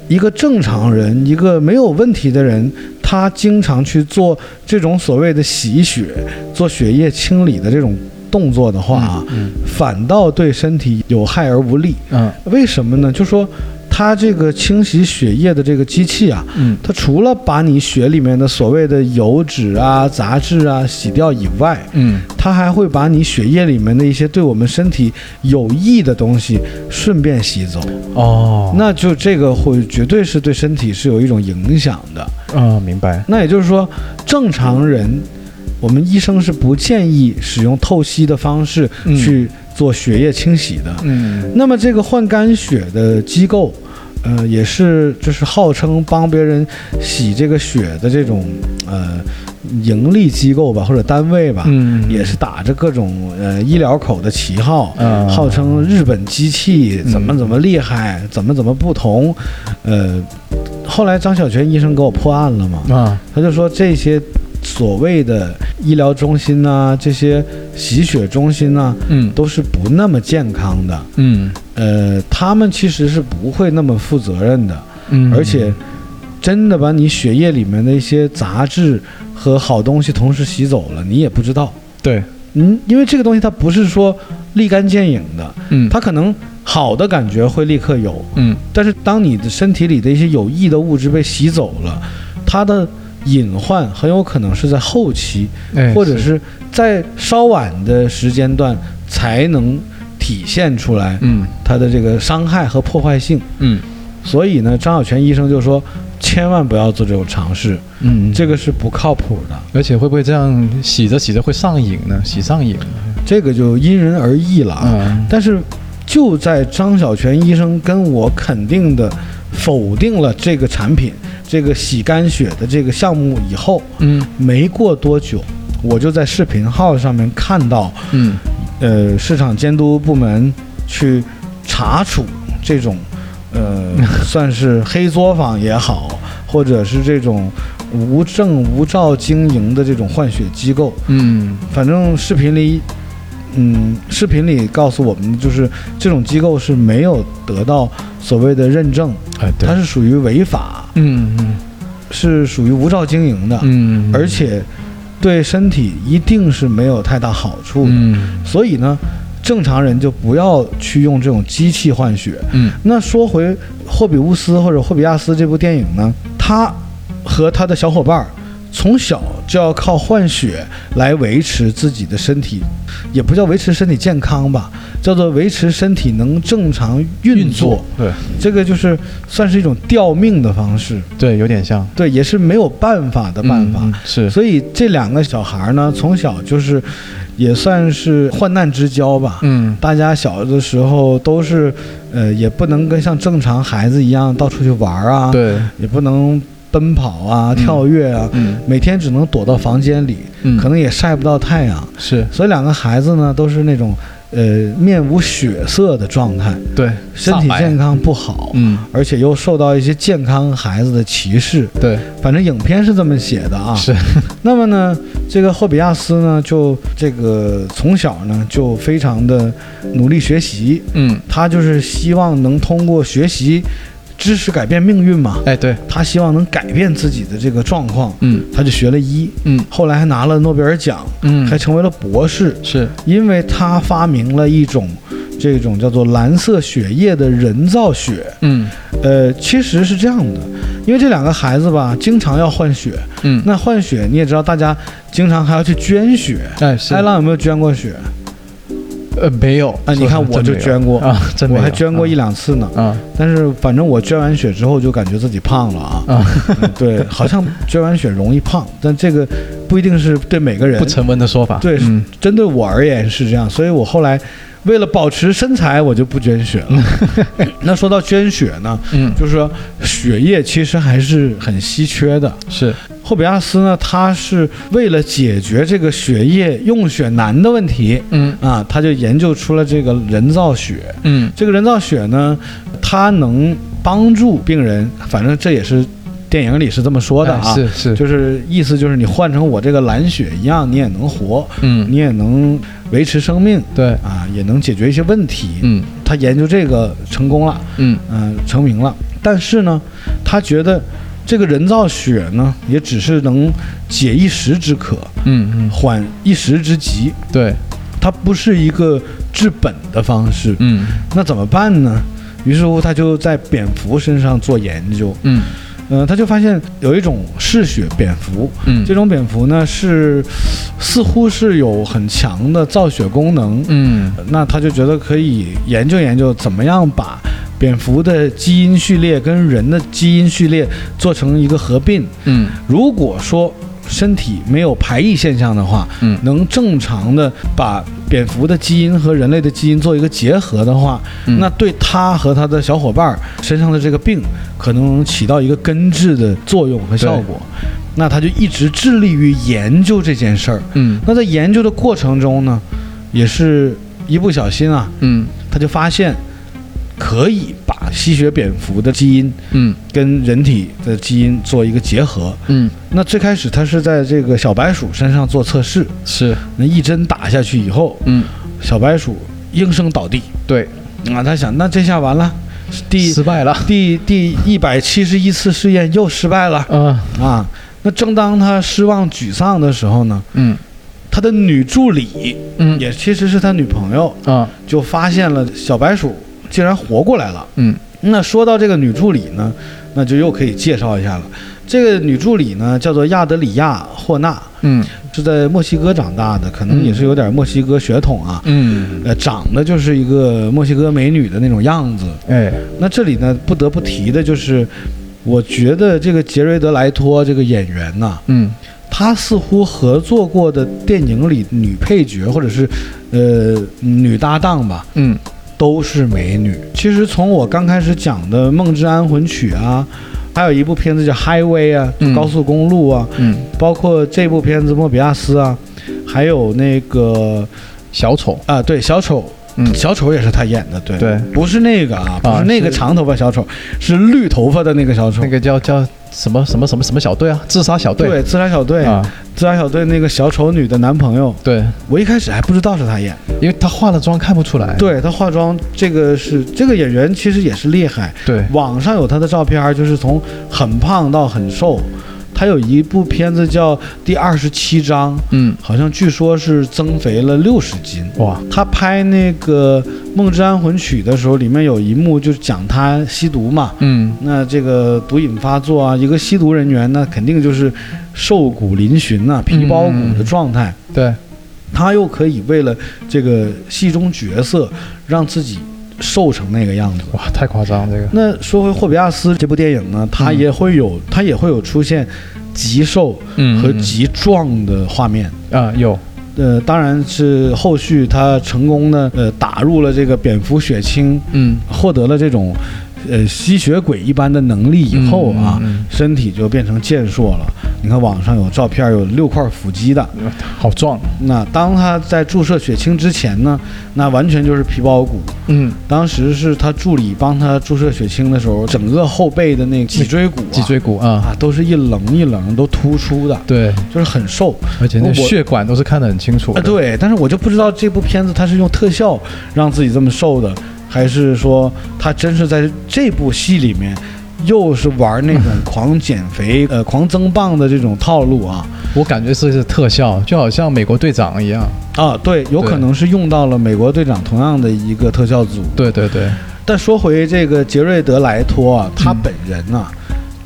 [SPEAKER 1] 一个正常人，一个没有问题的人，他经常去做这种所谓的洗血、做血液清理的这种动作的话啊，
[SPEAKER 2] 嗯
[SPEAKER 1] 反倒对身体有害而无利。
[SPEAKER 2] 嗯
[SPEAKER 1] 为什么呢？就说它这个清洗血液的这个机器啊，
[SPEAKER 2] 嗯
[SPEAKER 1] 它除了把你血里面的所谓的油脂啊、杂质啊洗掉以外，
[SPEAKER 2] 嗯
[SPEAKER 1] 它还会把你血液里面的一些对我们身体有益的东西顺便洗走。
[SPEAKER 2] 哦
[SPEAKER 1] 那就这个会绝对是对身体是有一种影响的。
[SPEAKER 2] 啊明白
[SPEAKER 1] 那也就是说，正常人，我们医生是不建议使用透析的方式
[SPEAKER 2] 嗯
[SPEAKER 1] 去做血液清洗的。
[SPEAKER 2] 嗯
[SPEAKER 1] 那么这个换肝血的机构，呃，也是就是号称帮别人洗这个血的这种呃盈利机构吧，或者单位吧，
[SPEAKER 2] 嗯
[SPEAKER 1] 也是打着各种呃医疗口的旗号，
[SPEAKER 2] 嗯
[SPEAKER 1] 号称日本机器
[SPEAKER 2] 嗯
[SPEAKER 1] 怎么怎么厉害，怎么怎么不同，呃，后来张小泉医生给我破案了嘛，
[SPEAKER 2] 啊
[SPEAKER 1] 他就说这些所谓的医疗中心呐、这些洗血中心呐、
[SPEAKER 2] 嗯
[SPEAKER 1] 都是不那么健康的，
[SPEAKER 2] 嗯
[SPEAKER 1] 呃，他们其实是不会那么负责任的，
[SPEAKER 2] 嗯
[SPEAKER 1] 而且真的把你血液里面的一些杂质和好东西同时洗走了，你也不知道。
[SPEAKER 2] 对
[SPEAKER 1] 嗯，因为这个东西它不是说立竿见影的，
[SPEAKER 2] 嗯
[SPEAKER 1] 它可能好的感觉会立刻有，
[SPEAKER 2] 嗯
[SPEAKER 1] 但是当你的身体里的一些有益的物质被洗走了，它的隐患很有可能是在后期，
[SPEAKER 2] 哎
[SPEAKER 1] 或者是在稍晚的时间段才能体现出来
[SPEAKER 2] 嗯
[SPEAKER 1] 它的这个伤害和破坏性。
[SPEAKER 2] 嗯
[SPEAKER 1] 所以呢，张小泉医生就说，千万不要做这种尝试，
[SPEAKER 2] 嗯
[SPEAKER 1] 这个是不靠谱的。
[SPEAKER 2] 而且会不会这样洗着洗着会上瘾呢？洗上瘾
[SPEAKER 1] 这个就因人而异了啊。
[SPEAKER 2] 啊
[SPEAKER 1] 但是就在张小泉医生跟我肯定的否定了这个产品、这个洗肝血的这个项目以后，
[SPEAKER 2] 嗯
[SPEAKER 1] 没过多久，我就在视频号上面看到，
[SPEAKER 2] 嗯
[SPEAKER 1] 呃，市场监督部门去查处这种，呃，算是黑作坊也好，或者是这种呃无证无照经营的这种换血机构。
[SPEAKER 2] 嗯
[SPEAKER 1] 反正视频里，嗯，视频里告诉我们，就是这种机构是没有得到所谓的认证，
[SPEAKER 2] 哎对
[SPEAKER 1] 它是属于违法，
[SPEAKER 2] 嗯嗯
[SPEAKER 1] 是属于无照经营的，啊
[SPEAKER 2] 嗯
[SPEAKER 1] 而且对身体一定是没有太大好处的。
[SPEAKER 2] 嗯
[SPEAKER 1] 所以呢，正常人就不要去用这种机器换血。
[SPEAKER 2] 嗯
[SPEAKER 1] 那说回《霍比乌斯》或者《霍比亚斯》这部电影呢，他和他的小伙伴儿从小就要靠换血来维持自己的身体，也不叫维持身体健康吧，叫做维持身体能正常运作。
[SPEAKER 2] 对
[SPEAKER 1] 这个就是算是一种吊命的方式，
[SPEAKER 2] 对有点像
[SPEAKER 1] 对，也是没有办法的办法。
[SPEAKER 2] 嗯嗯是
[SPEAKER 1] 所以这两个小孩儿呢，从小就是也算是患难之交吧。
[SPEAKER 2] 嗯
[SPEAKER 1] 大家小的时候都是，呃，也不能跟像正常孩子一样到处去玩儿啊，
[SPEAKER 2] 对
[SPEAKER 1] 也不能奔跑啊、
[SPEAKER 2] 嗯
[SPEAKER 1] 跳跃啊，
[SPEAKER 2] 嗯
[SPEAKER 1] 每天只能躲到房间里，
[SPEAKER 2] 嗯
[SPEAKER 1] 可能也晒不到太阳，
[SPEAKER 2] 是
[SPEAKER 1] 所以两个孩子呢都是那种，呃，面无血色的状态，
[SPEAKER 2] 对
[SPEAKER 1] 身体健康不好，
[SPEAKER 2] 嗯
[SPEAKER 1] 而且又受到一些健康孩子的歧视，
[SPEAKER 2] 对
[SPEAKER 1] 反正影片是这么写的啊。
[SPEAKER 2] 是
[SPEAKER 1] 那么呢，这个霍比亚斯呢，就这个从小呢就非常的努力学习，
[SPEAKER 2] 嗯
[SPEAKER 1] 他就是希望能通过学习知识改变命运嘛，
[SPEAKER 2] 哎，对，
[SPEAKER 1] 他希望能改变自己的这个状况，
[SPEAKER 2] 嗯
[SPEAKER 1] 他就学了医，
[SPEAKER 2] 嗯
[SPEAKER 1] 后来还拿了诺贝尔奖，
[SPEAKER 2] 嗯，
[SPEAKER 1] 还成为了博士，
[SPEAKER 2] 是，
[SPEAKER 1] 因为他发明了一种这种叫做蓝色血液的人造血。
[SPEAKER 2] 嗯
[SPEAKER 1] 呃，其实是这样的，因为这两个孩子吧，经常要换血。
[SPEAKER 2] 嗯，
[SPEAKER 1] 那换血你也知道，大家经常还要去捐血。
[SPEAKER 2] 哎是
[SPEAKER 1] 艾，浪有没有捐过血？
[SPEAKER 2] 呃没有
[SPEAKER 1] 啊你看
[SPEAKER 2] 说实话
[SPEAKER 1] 我就
[SPEAKER 2] 真没有
[SPEAKER 1] 捐过
[SPEAKER 2] 啊，真没
[SPEAKER 1] 我
[SPEAKER 2] 有
[SPEAKER 1] 还捐过一两次呢。
[SPEAKER 2] 啊
[SPEAKER 1] 但是反正我捐完血之后就感觉自己胖了 啊。
[SPEAKER 2] 啊，
[SPEAKER 1] 嗯对，好像捐完血容易胖，但这个不一定是对每个人
[SPEAKER 2] 不。成文的说法，
[SPEAKER 1] 对
[SPEAKER 2] 嗯
[SPEAKER 1] 针对我而言是这样，所以我后来为了保持身材，我就不捐血了。 那说到捐血呢，
[SPEAKER 2] 嗯
[SPEAKER 1] 就是说血液其实还是很稀缺的。
[SPEAKER 2] 是，
[SPEAKER 1] 霍比亚斯呢，他是为了解决这个血液用血难的问题
[SPEAKER 2] 嗯
[SPEAKER 1] 啊，他就研究出了这个人造血。
[SPEAKER 2] 嗯
[SPEAKER 1] 这个人造血呢，它能帮助病人，反正这也是电影里是这么说的啊，
[SPEAKER 2] 哎是是，
[SPEAKER 1] 就是意思就是你换成我这个蓝血一样，你也能活，
[SPEAKER 2] 嗯
[SPEAKER 1] 你也能维持生命
[SPEAKER 2] 对，
[SPEAKER 1] 啊，也能解决一些问题。
[SPEAKER 2] 嗯
[SPEAKER 1] 他研究这个成功了。
[SPEAKER 2] 嗯
[SPEAKER 1] 嗯、成名了。但是呢，他觉得这个人造血呢，也只是能解一时之渴，
[SPEAKER 2] 嗯嗯
[SPEAKER 1] 缓一时之急，
[SPEAKER 2] 对，
[SPEAKER 1] 它不是一个治本的方式。
[SPEAKER 2] 嗯
[SPEAKER 1] 那怎么办呢？于是乎，他就在蝙蝠身上做研究。
[SPEAKER 2] 嗯
[SPEAKER 1] 嗯、他就发现有一种嗜血蝙蝠，
[SPEAKER 2] 嗯
[SPEAKER 1] 这种蝙蝠呢是似乎是有很强的造血功能。
[SPEAKER 2] 嗯
[SPEAKER 1] 那他就觉得可以研究研究，怎么样把蝙蝠的基因序列跟人的基因序列做成一个合并。
[SPEAKER 2] 嗯
[SPEAKER 1] 如果说身体没有排异现象的话，
[SPEAKER 2] 嗯
[SPEAKER 1] 能正常的把蝙蝠的基因和人类的基因做一个结合的话，
[SPEAKER 2] 嗯
[SPEAKER 1] 那对他和他的小伙伴儿身上的这个病，可能能起到一个根治的作用和效果。那他就一直致力于研究这件事儿。
[SPEAKER 2] 嗯
[SPEAKER 1] 那在研究的过程中呢，也是一不小心啊，
[SPEAKER 2] 嗯
[SPEAKER 1] 他就发现可以把吸血蝙蝠的基因
[SPEAKER 2] 嗯
[SPEAKER 1] 跟人体的基因做一个结合。
[SPEAKER 2] 嗯
[SPEAKER 1] 那最开始他是在这个小白鼠身上做测试，
[SPEAKER 2] 是，
[SPEAKER 1] 那一针打下去以后，
[SPEAKER 2] 嗯
[SPEAKER 1] 小白鼠应声倒地
[SPEAKER 2] 对，
[SPEAKER 1] 啊，他想那这下完了，第
[SPEAKER 2] 失败了，
[SPEAKER 1] 第第一百七十一次试验又失败了
[SPEAKER 2] 嗯
[SPEAKER 1] 啊。那正当他失望沮丧的时候呢，
[SPEAKER 2] 嗯
[SPEAKER 1] 他的女助理
[SPEAKER 2] 嗯
[SPEAKER 1] 也其实是他女朋友，
[SPEAKER 2] 啊
[SPEAKER 1] 就发现了小白鼠竟然活过来了。
[SPEAKER 2] 嗯
[SPEAKER 1] 那说到这个女助理呢，那就又可以介绍一下了。这个女助理呢，叫做亚德里亚·霍纳，
[SPEAKER 2] 嗯
[SPEAKER 1] 是在墨西哥长大的，可能也是有点墨西哥血统啊。
[SPEAKER 2] 嗯
[SPEAKER 1] 呃，长得就是一个墨西哥美女的那种样子。
[SPEAKER 2] 哎
[SPEAKER 1] 那这里呢，不得不提的就是，我觉得这个杰瑞德·莱托这个演员呐，
[SPEAKER 2] 嗯
[SPEAKER 1] 他似乎合作过的电影里女配角或者是呃女搭档吧，
[SPEAKER 2] 嗯
[SPEAKER 1] 都是美女。其实从我刚开始讲的《梦之安魂曲》啊，还有一部片子叫《Highway》啊，
[SPEAKER 2] 嗯
[SPEAKER 1] 高速公路啊，
[SPEAKER 2] 嗯
[SPEAKER 1] 包括这部片子《莫比亚斯》啊，还有那个
[SPEAKER 2] 小丑，
[SPEAKER 1] 啊，对，小丑。
[SPEAKER 2] 嗯
[SPEAKER 1] 小丑也是他演的，对
[SPEAKER 2] 对
[SPEAKER 1] 不是那个啊，不
[SPEAKER 2] 啊
[SPEAKER 1] 是那个
[SPEAKER 2] 是
[SPEAKER 1] 长头发小丑，是绿头发的那个小丑，
[SPEAKER 2] 那个叫叫什么什么什么什么小队啊，自杀小队
[SPEAKER 1] 对，自杀小队，
[SPEAKER 2] 啊，
[SPEAKER 1] 自杀小队那个小丑女的男朋友，
[SPEAKER 2] 对，
[SPEAKER 1] 我一开始还不知道是他演，
[SPEAKER 2] 因为他化了妆看不出来，
[SPEAKER 1] 对他化妆，这个是这个演员其实也是厉害，
[SPEAKER 2] 对，
[SPEAKER 1] 网上有他的照片儿，就是从很胖到很瘦。他有一部片子叫《第二十七章》，
[SPEAKER 2] 嗯
[SPEAKER 1] 好像据说是增肥了六十斤。
[SPEAKER 2] 哇
[SPEAKER 1] 他拍那个《梦之安魂曲》的时候，里面有一幕就是讲他吸毒嘛。
[SPEAKER 2] 嗯
[SPEAKER 1] 那这个毒瘾发作啊，一个吸毒人员呢，肯定就是瘦骨嶙峋呐、皮包骨的状态。
[SPEAKER 2] 对
[SPEAKER 1] 他又可以为了这个戏中角色，让自己瘦成那个样子。
[SPEAKER 2] 哇太夸张了这个，
[SPEAKER 1] 那说回《霍比亚斯》这部电影呢，它
[SPEAKER 2] 嗯
[SPEAKER 1] 也会有，它也会有出现极瘦
[SPEAKER 2] 嗯
[SPEAKER 1] 和极壮的画面。
[SPEAKER 2] 啊有
[SPEAKER 1] 呃，当然是后续他成功的呃打入了这个蝙蝠血清，
[SPEAKER 2] 嗯
[SPEAKER 1] 获得了这种呃吸血鬼一般的能力以后啊，
[SPEAKER 2] 嗯
[SPEAKER 1] 身体就变成健硕了。你看网上有照片，有六块腹肌的。
[SPEAKER 2] 嗯好壮，
[SPEAKER 1] 那当他在注射血清之前呢，那完全就是皮包骨，
[SPEAKER 2] 嗯
[SPEAKER 1] 当时是他助理帮他注射血清的时候，整个后背的那个脊椎骨、啊，
[SPEAKER 2] 脊椎骨啊，
[SPEAKER 1] 啊都是一棱一棱都突出的，
[SPEAKER 2] 对，
[SPEAKER 1] 就是很瘦。
[SPEAKER 2] 而且那
[SPEAKER 1] 我
[SPEAKER 2] 血管都是看得很清楚
[SPEAKER 1] 啊，
[SPEAKER 2] 的，
[SPEAKER 1] 对，但是我就不知道这部片子他是用特效让自己这么瘦的，还是说他真是在这部戏里面又是玩那种狂减肥、呃狂增磅的这种套路啊？
[SPEAKER 2] 我感觉是是特效，就好像美国队长一样。
[SPEAKER 1] 啊，对，有可
[SPEAKER 2] 对
[SPEAKER 1] 能是用到了美国队长同样的一个特效组。
[SPEAKER 2] 对对对，
[SPEAKER 1] 但说回这个杰瑞德莱托啊，他
[SPEAKER 2] 嗯
[SPEAKER 1] 本人呢、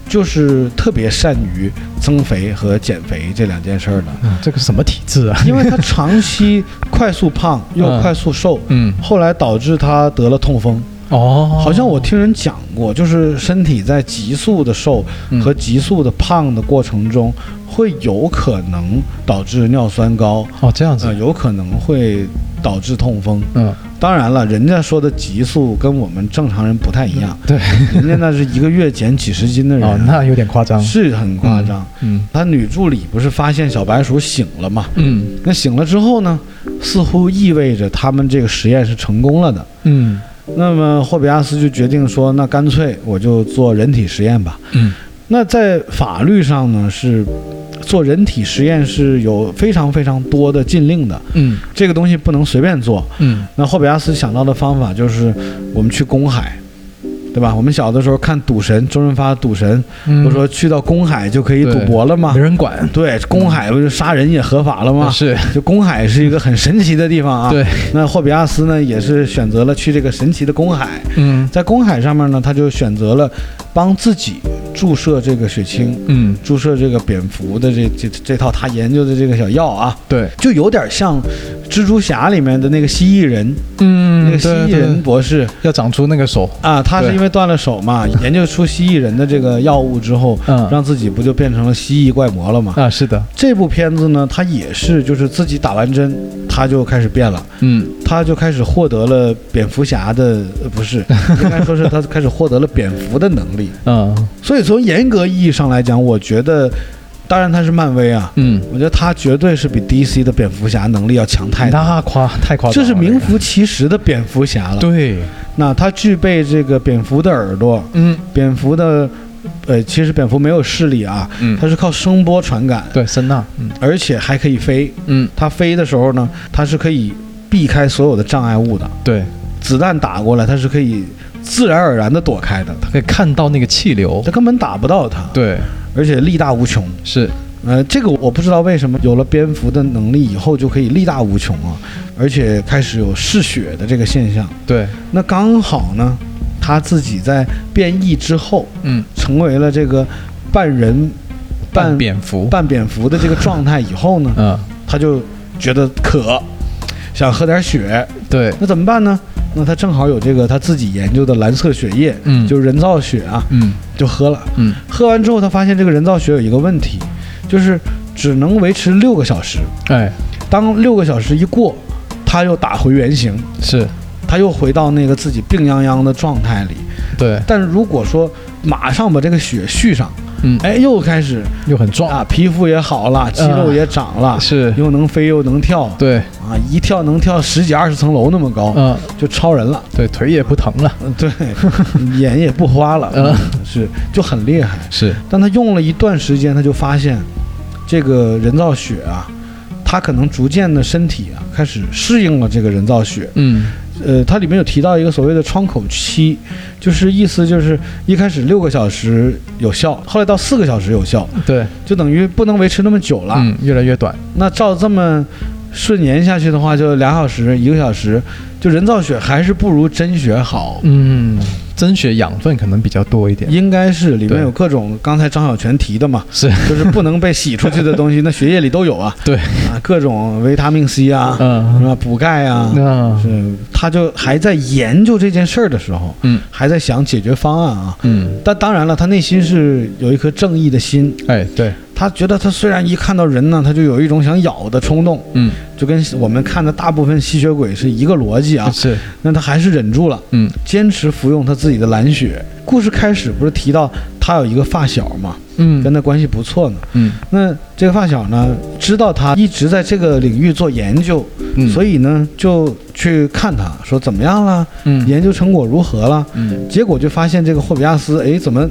[SPEAKER 1] 就是特别善于增肥和减肥这两件事儿的，
[SPEAKER 2] 嗯这个什么体质啊？
[SPEAKER 1] 因为他长期快速胖又
[SPEAKER 2] 嗯
[SPEAKER 1] 快速瘦，
[SPEAKER 2] 嗯，
[SPEAKER 1] 后来导致他得了痛风。
[SPEAKER 2] 哦，
[SPEAKER 1] 好像我听人讲过，就是身体在急速的瘦
[SPEAKER 2] 嗯
[SPEAKER 1] 和急速的胖的过程中，会有可能导致尿酸高，
[SPEAKER 2] 哦这样
[SPEAKER 1] 呃，
[SPEAKER 2] 子，
[SPEAKER 1] 有可能会导致痛风。
[SPEAKER 2] 嗯，
[SPEAKER 1] 当然了，人家说的急速跟我们正常人不太一样，
[SPEAKER 2] 对，
[SPEAKER 1] 人家那是一个月减几十斤的人，
[SPEAKER 2] 哦那有点夸张，
[SPEAKER 1] 是很夸张。
[SPEAKER 2] 嗯
[SPEAKER 1] 他女助理不是发现小白鼠醒了嘛？
[SPEAKER 2] 嗯
[SPEAKER 1] 那醒了之后呢，似乎意味着他们这个实验是成功了的。
[SPEAKER 2] 嗯
[SPEAKER 1] 那么霍比亚斯就决定说，那干脆我就做人体实验吧。
[SPEAKER 2] 嗯，
[SPEAKER 1] 那在法律上呢，是做人体实验是有非常非常多的禁令的，
[SPEAKER 2] 嗯
[SPEAKER 1] 这个东西不能随便做。
[SPEAKER 2] 嗯
[SPEAKER 1] 那霍比亚斯想到的方法就是我们去公海，对吧？我们小的时候看赌神，周润发赌神，
[SPEAKER 2] 嗯，
[SPEAKER 1] 不说去到公海就可以赌博了吗
[SPEAKER 2] 没？人管，
[SPEAKER 1] 对，公海不就杀人也合法了吗？
[SPEAKER 2] 是，
[SPEAKER 1] 就公海是一个很神奇的地方啊。
[SPEAKER 2] 对，
[SPEAKER 1] 那霍比亚斯呢，也是选择了去这个神奇的公海，
[SPEAKER 2] 嗯
[SPEAKER 1] 在公海上面呢，他就选择了帮自己注射这个血清。
[SPEAKER 2] 嗯
[SPEAKER 1] 注射这个蝙蝠的这这这套他研究的这个小药啊，
[SPEAKER 2] 对，
[SPEAKER 1] 就有点像蜘蛛侠里面的那个蜥蜴人，那
[SPEAKER 2] 嗯
[SPEAKER 1] 个蜥
[SPEAKER 2] 对
[SPEAKER 1] 蜴人
[SPEAKER 2] 对，
[SPEAKER 1] 博士
[SPEAKER 2] 要长出那个手，
[SPEAKER 1] 啊，他是
[SPEAKER 2] 对
[SPEAKER 1] 因为断了手 嘛，研究出蜥蜴人的这个药物之后，
[SPEAKER 2] 嗯
[SPEAKER 1] 让自己不就变成了蜥蜴怪魔了吗？
[SPEAKER 2] 啊是的，
[SPEAKER 1] 这部片子呢，他也是就是自己打完针，他就开始变了，
[SPEAKER 2] 嗯
[SPEAKER 1] 他就开始获得了蝙蝠侠的呃不是， 应该说是他开始获得了蝙蝠的能力。
[SPEAKER 2] 嗯
[SPEAKER 1] 所以从严格意义上来讲，我觉得，当然他是漫威啊，
[SPEAKER 2] 嗯，
[SPEAKER 1] 我觉得他绝对是比 DC 的蝙蝠侠能力要强太多。
[SPEAKER 2] 那夸太夸张了，
[SPEAKER 1] 这是名
[SPEAKER 2] 这个
[SPEAKER 1] 副其实的蝙蝠侠了。
[SPEAKER 2] 对，
[SPEAKER 1] 那他具备这个蝙蝠的耳朵，
[SPEAKER 2] 嗯
[SPEAKER 1] 蝙蝠的，呃，其实蝙蝠没有视力啊，
[SPEAKER 2] 嗯，
[SPEAKER 1] 它是靠声波传感，
[SPEAKER 2] 对声呐，嗯
[SPEAKER 1] 而且还可以飞。
[SPEAKER 2] 嗯
[SPEAKER 1] 它飞的时候呢，它是可以避开所有的障碍物的，
[SPEAKER 2] 对，
[SPEAKER 1] 子弹打过来，它是可以自然而然的躲开的，它
[SPEAKER 2] 可以看到那个气流
[SPEAKER 1] 它，根本打不到它，
[SPEAKER 2] 哦对
[SPEAKER 1] 而且力大无穷。
[SPEAKER 2] 是，
[SPEAKER 1] 呃，这个我不知道为什么有了蝙蝠的能力以后就可以力大无穷啊，而且开始有嗜血的这个现象。
[SPEAKER 2] 对，
[SPEAKER 1] 那刚好呢，他自己在变异之后
[SPEAKER 2] 嗯
[SPEAKER 1] 成为了这个半人半
[SPEAKER 2] 半蝙蝠，
[SPEAKER 1] 半蝙蝠的这个状态以后呢，
[SPEAKER 2] 嗯
[SPEAKER 1] 他就觉得渴，想喝点血，
[SPEAKER 2] 对，
[SPEAKER 1] 那怎么办呢？那他正好有这个他自己研究的蓝色血液，
[SPEAKER 2] 嗯
[SPEAKER 1] 就是人造血啊，
[SPEAKER 2] 嗯
[SPEAKER 1] 就喝了。
[SPEAKER 2] 嗯
[SPEAKER 1] 喝完之后，他发现这个人造血有一个问题，就是只能维持六个小时。
[SPEAKER 2] 哎
[SPEAKER 1] 当六个小时一过，他又打回原形，
[SPEAKER 2] 是，
[SPEAKER 1] 他又回到那个自己病殃殃的状态里。
[SPEAKER 2] 对，
[SPEAKER 1] 但如果说马上把这个血续上，
[SPEAKER 2] 嗯
[SPEAKER 1] 哎，又开始
[SPEAKER 2] 又很壮，
[SPEAKER 1] 啊，皮肤也好了，肌肉也长了，
[SPEAKER 2] 啊是，
[SPEAKER 1] 又能飞又能跳
[SPEAKER 2] 对，
[SPEAKER 1] 啊，一跳能跳十几二十层楼那么高，
[SPEAKER 2] 嗯
[SPEAKER 1] 就超人了。
[SPEAKER 2] 对，腿也不疼了，
[SPEAKER 1] 嗯，对， 眼也不花了，
[SPEAKER 2] 嗯
[SPEAKER 1] 是就很厉害。
[SPEAKER 2] 是，
[SPEAKER 1] 但他用了一段时间，他就发现这个人造血啊，他可能逐渐的身体啊开始适应了这个人造血。
[SPEAKER 2] 嗯
[SPEAKER 1] 呃，它里面有提到一个所谓的窗口期，就是意思就是一开始六个小时有效，后来到四个小时有效，
[SPEAKER 2] 对，
[SPEAKER 1] 就等于不能维持那么久了。
[SPEAKER 2] 嗯越来越短，
[SPEAKER 1] 那照这么顺延下去的话，就两小时、一个小时，就人造血还是不如真血好。
[SPEAKER 2] 嗯，真血养分可能比较多一点，
[SPEAKER 1] 应该是里面
[SPEAKER 2] 对
[SPEAKER 1] 有各种刚才张小泉提 的嘛，
[SPEAKER 2] 是，
[SPEAKER 1] 就是不能被洗出去的 东西，那血液里都有啊。
[SPEAKER 2] 对
[SPEAKER 1] 啊，各种维他命 C 啊，什
[SPEAKER 2] 嗯
[SPEAKER 1] 么补钙啊，
[SPEAKER 2] 那
[SPEAKER 1] 是，他就还在研究这件事儿的时候，
[SPEAKER 2] 嗯
[SPEAKER 1] 还在想解决方案啊。
[SPEAKER 2] 嗯，
[SPEAKER 1] 但当然了，他内心是有一颗正义的心，
[SPEAKER 2] 哎对，
[SPEAKER 1] 他觉得他虽然一看到人呢，他就有一种想咬的冲动，
[SPEAKER 2] 嗯
[SPEAKER 1] 就跟我们看的大部分吸血鬼是一个逻辑啊。
[SPEAKER 2] 是，
[SPEAKER 1] 那他还是忍住了，
[SPEAKER 2] 嗯
[SPEAKER 1] 坚持服用他自己的蓝血。故事开始不是提到他有一个发小嘛，跟
[SPEAKER 2] 嗯
[SPEAKER 1] 他关系不错呢。
[SPEAKER 2] 嗯
[SPEAKER 1] 那这个发小呢，知道他一直在这个领域做研究，
[SPEAKER 2] 嗯，
[SPEAKER 1] 所
[SPEAKER 2] 以
[SPEAKER 1] 以呢就去看他说怎么样了，
[SPEAKER 2] 嗯
[SPEAKER 1] 研究成果如何了。
[SPEAKER 2] 嗯
[SPEAKER 1] 结果就发现这个霍比亚斯，哎，怎么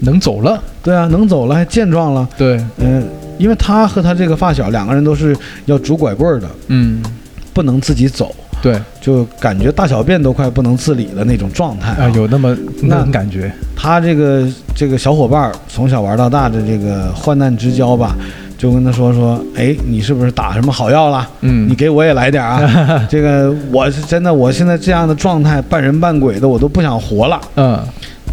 [SPEAKER 2] 能走了，
[SPEAKER 1] 对啊，能走了，还健壮了，
[SPEAKER 2] 对，
[SPEAKER 1] 嗯、因为他和他这个发小两个人都是要拄拐棍儿的，
[SPEAKER 2] 嗯
[SPEAKER 1] 不能自己走，
[SPEAKER 2] 对
[SPEAKER 1] 就感觉大小便都快不能自理的那种状态
[SPEAKER 2] 啊，有那么那种感觉，
[SPEAKER 1] 他这个这个小伙伴儿从小玩到大的这个患难之交吧，就跟他说说，哎，你是不是打什么好药了？
[SPEAKER 2] 嗯
[SPEAKER 1] 你给我也来点儿 啊！这个我是真的，我现在这样的状态，半人半鬼的，我都不想活了。
[SPEAKER 2] 嗯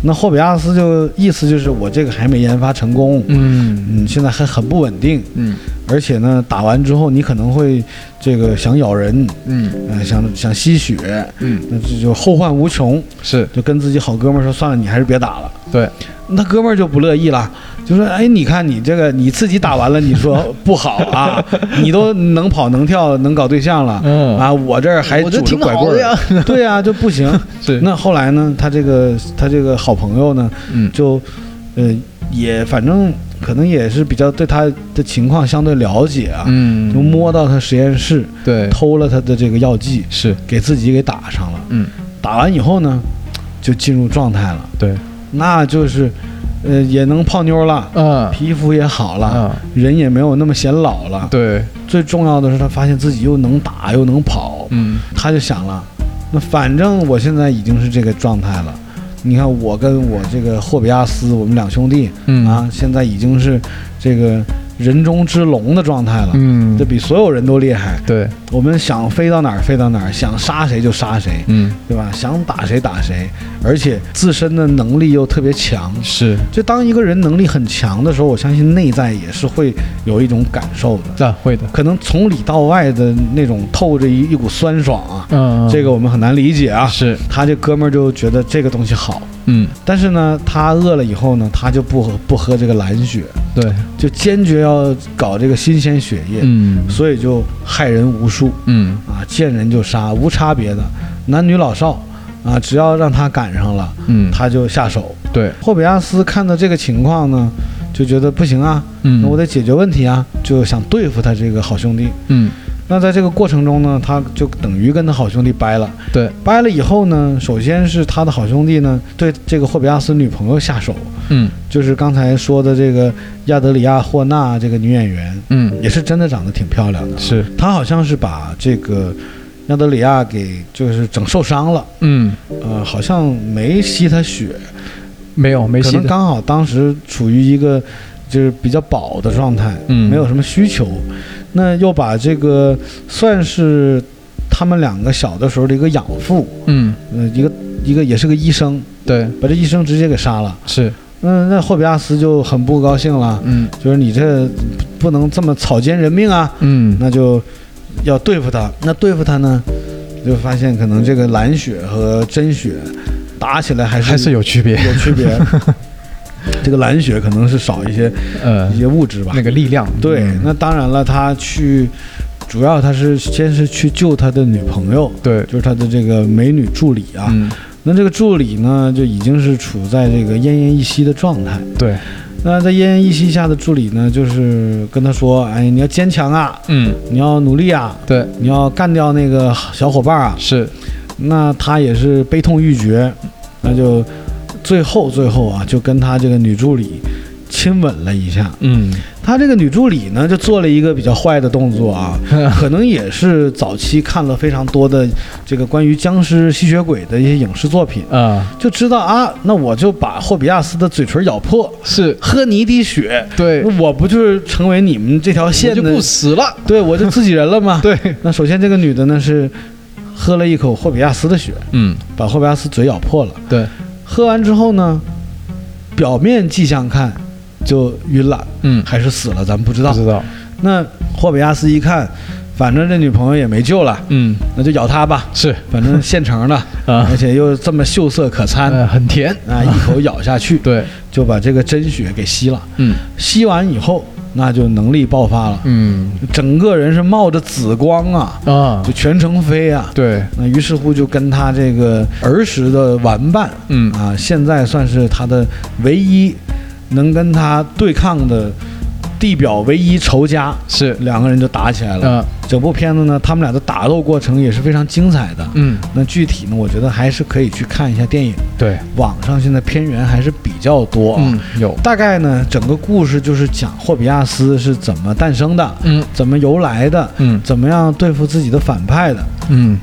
[SPEAKER 1] 那霍比亚斯就意思就是我这个还没研发成功，
[SPEAKER 2] 嗯
[SPEAKER 1] 嗯，现在还很不稳定，
[SPEAKER 2] 嗯
[SPEAKER 1] 而且呢，打完之后你可能会这个想咬人，
[SPEAKER 2] 嗯
[SPEAKER 1] 嗯、想想吸血，
[SPEAKER 2] 嗯，
[SPEAKER 1] 那这就后患无穷。
[SPEAKER 2] 是
[SPEAKER 1] 就跟自己好哥们儿说，算了，你还是别打了。
[SPEAKER 2] 对，
[SPEAKER 1] 那哥们儿就不乐意了，就说：“哎，你看你这个你自己打完了，你说不好啊？你都能跑能跳能搞对象了，
[SPEAKER 2] 嗯
[SPEAKER 1] 啊，我这儿还
[SPEAKER 2] 我
[SPEAKER 1] 拄
[SPEAKER 2] 这
[SPEAKER 1] 着
[SPEAKER 2] 挺
[SPEAKER 1] 拐
[SPEAKER 2] 好
[SPEAKER 1] 棍
[SPEAKER 2] 的
[SPEAKER 1] 儿
[SPEAKER 2] 呀，
[SPEAKER 1] 对呀、就不 行。
[SPEAKER 2] 是
[SPEAKER 1] 那后来呢，他这个他这个好朋友呢，
[SPEAKER 2] 嗯
[SPEAKER 1] 就呃也反正可能也是比较对他的情况相对了解啊，
[SPEAKER 2] 嗯
[SPEAKER 1] 就摸到他实验室
[SPEAKER 2] 对
[SPEAKER 1] 偷了他的这个药剂，
[SPEAKER 2] 是
[SPEAKER 1] 给自己给打上了。
[SPEAKER 2] 嗯
[SPEAKER 1] 打完以后呢，就进入状态了。
[SPEAKER 2] 对
[SPEAKER 1] 那就是，呃，也能泡妞了，
[SPEAKER 2] 嗯
[SPEAKER 1] 皮肤也好了，
[SPEAKER 2] 嗯
[SPEAKER 1] 人也没有那么显老了。
[SPEAKER 2] 对
[SPEAKER 1] 最重要的是，他发现自己又能打又能跑，
[SPEAKER 2] 嗯
[SPEAKER 1] 他就想了，那反正我现在已经是这个状态了。你看，我跟我这个霍比亚斯，我们两兄弟
[SPEAKER 2] 嗯
[SPEAKER 1] 啊，现在已经是这个人中之龙的状态了，
[SPEAKER 2] 嗯
[SPEAKER 1] 这比所有人都厉害。
[SPEAKER 2] 对
[SPEAKER 1] 我们想飞到哪儿飞到哪儿，想杀谁就杀谁，
[SPEAKER 2] 嗯
[SPEAKER 1] 对吧？想打谁打谁，而且自身的能力又特别强，
[SPEAKER 2] 是
[SPEAKER 1] 就当一个人能力很强的时候，我相信内在也是会有一种感受的，
[SPEAKER 2] 啊会的，
[SPEAKER 1] 可能从里到外的那种透着一一股酸爽啊，
[SPEAKER 2] 嗯
[SPEAKER 1] 这个我们很难理解啊。
[SPEAKER 2] 是
[SPEAKER 1] 他这哥们儿就觉得这个东西好，
[SPEAKER 2] 嗯
[SPEAKER 1] 但是呢，他饿了以后呢，他就不喝不喝这个蓝血，
[SPEAKER 2] 对
[SPEAKER 1] 就坚决要搞这个新鲜血液，
[SPEAKER 2] 嗯
[SPEAKER 1] 所以就害人无数
[SPEAKER 2] 嗯
[SPEAKER 1] 啊，见人就杀，无差别的，男女老少啊，只要让他赶上了，
[SPEAKER 2] 嗯
[SPEAKER 1] 他就下手。
[SPEAKER 2] 对
[SPEAKER 1] 霍比亚斯看到这个情况呢，就觉得不行啊，
[SPEAKER 2] 嗯
[SPEAKER 1] 那我得解决问题啊，就想对付他这个好兄弟。
[SPEAKER 2] 嗯
[SPEAKER 1] 那在这个过程中呢，他就等于跟他好兄弟掰了。
[SPEAKER 2] 对
[SPEAKER 1] 掰了以后呢，首先是他的好兄弟呢对这个霍比亚斯女朋友下手，
[SPEAKER 2] 嗯
[SPEAKER 1] 就是刚才说的这个亚德里亚霍纳这个女演员，
[SPEAKER 2] 嗯
[SPEAKER 1] 也是真的长得挺漂亮的。啊
[SPEAKER 2] 是
[SPEAKER 1] 她好像是把这个亚德里亚给就是整受伤了，
[SPEAKER 2] 嗯
[SPEAKER 1] 呃，好像没吸他血，
[SPEAKER 2] 没有没
[SPEAKER 1] 可
[SPEAKER 2] 戏
[SPEAKER 1] 能
[SPEAKER 2] 的，
[SPEAKER 1] 刚好当时处于一个就是比较饱的状态，
[SPEAKER 2] 嗯
[SPEAKER 1] 没有什么需求，那又把这个算是他们两个小的时候的一个养父，
[SPEAKER 2] 嗯
[SPEAKER 1] 呃，一个一个也是个医生，
[SPEAKER 2] 对
[SPEAKER 1] 把这医生直接给杀了。
[SPEAKER 2] 是
[SPEAKER 1] 嗯，那霍比亚斯就很不高兴了，
[SPEAKER 2] 嗯
[SPEAKER 1] 就是你这不能这么草菅人命啊，
[SPEAKER 2] 嗯
[SPEAKER 1] 那就要对付他。那对付他呢，就发现可能这个蓝血和真血打起来还是
[SPEAKER 2] 还是有区别，
[SPEAKER 1] 有区别。 这个蓝血可能是少一些
[SPEAKER 2] 呃
[SPEAKER 1] 一些物质吧
[SPEAKER 2] 那。个力量
[SPEAKER 1] 对
[SPEAKER 2] 嗯，
[SPEAKER 1] 那当然了，他去主要他是先是去救他的女朋友，
[SPEAKER 2] 对
[SPEAKER 1] 就是他的这个美女助理啊。
[SPEAKER 2] 嗯
[SPEAKER 1] 那这个助理呢，就已经是处在这个奄奄一息的状态。
[SPEAKER 2] 对
[SPEAKER 1] 那在奄奄一息下的助理呢，就是跟他说：“哎，你要坚强啊，
[SPEAKER 2] 嗯
[SPEAKER 1] 你要努力啊，
[SPEAKER 2] 对
[SPEAKER 1] 你要干掉那个小伙伴啊。”
[SPEAKER 2] 是
[SPEAKER 1] 那他也是悲痛欲绝，那就最后最后啊，就跟他这个女助理亲吻了一下。
[SPEAKER 2] 嗯
[SPEAKER 1] 他这个女助理呢，就做了一个比较坏的动作 啊，可能也是早期看了非常多的这个关于僵尸、吸血鬼的一些影视作品，
[SPEAKER 2] 啊
[SPEAKER 1] 就知道啊，那我就把霍比亚斯的嘴唇咬破，
[SPEAKER 2] 是
[SPEAKER 1] 喝你一滴血，
[SPEAKER 2] 对
[SPEAKER 1] 我不就是成为你们这条线
[SPEAKER 2] 我就
[SPEAKER 1] 的
[SPEAKER 2] 不？死了，
[SPEAKER 1] 对，我就自己人了吗？
[SPEAKER 2] 对，
[SPEAKER 1] 那首先这个女的呢是喝了一口霍比亚斯的血，
[SPEAKER 2] 嗯
[SPEAKER 1] 把霍比亚斯嘴咬破了。
[SPEAKER 2] 对
[SPEAKER 1] 喝完之后呢，表面迹象看就晕了，
[SPEAKER 2] 嗯
[SPEAKER 1] 还是死了，咱们不知
[SPEAKER 2] 不
[SPEAKER 1] 道。
[SPEAKER 2] 知道
[SPEAKER 1] 那霍比亚斯一看，反正这女朋友也没救了，
[SPEAKER 2] 嗯
[SPEAKER 1] 那就咬她吧，
[SPEAKER 2] 是
[SPEAKER 1] 反正现成的，
[SPEAKER 2] 啊
[SPEAKER 1] 而且又这么秀色可餐
[SPEAKER 2] 呃很甜
[SPEAKER 1] 啊，一口咬下去，
[SPEAKER 2] 对
[SPEAKER 1] 就把这个真血给吸了。
[SPEAKER 2] 嗯
[SPEAKER 1] 吸完以后，那就能力爆发了，
[SPEAKER 2] 嗯
[SPEAKER 1] 整个人是冒着紫光啊，
[SPEAKER 2] 啊
[SPEAKER 1] 就全程飞啊。
[SPEAKER 2] 对
[SPEAKER 1] 那于是乎就跟他这个儿时的玩伴
[SPEAKER 2] 嗯
[SPEAKER 1] 啊，现在算是他的唯一能跟他对抗的地表唯一仇家，
[SPEAKER 2] 是
[SPEAKER 1] 两个人就打起来了。
[SPEAKER 2] 啊
[SPEAKER 1] 整部片子呢，他们俩的打斗过程也是非常精彩的。
[SPEAKER 2] 嗯
[SPEAKER 1] 那具体呢，我觉得还是可以去看一下电影，
[SPEAKER 2] 对
[SPEAKER 1] 网上现在片源还是比较多啊。
[SPEAKER 2] 嗯有
[SPEAKER 1] 大概呢，整个故事就是讲霍比亚斯是怎么诞生的，
[SPEAKER 2] 嗯
[SPEAKER 1] 怎么由来的，
[SPEAKER 2] 嗯
[SPEAKER 1] 怎么样对付自己的反派的。
[SPEAKER 2] 嗯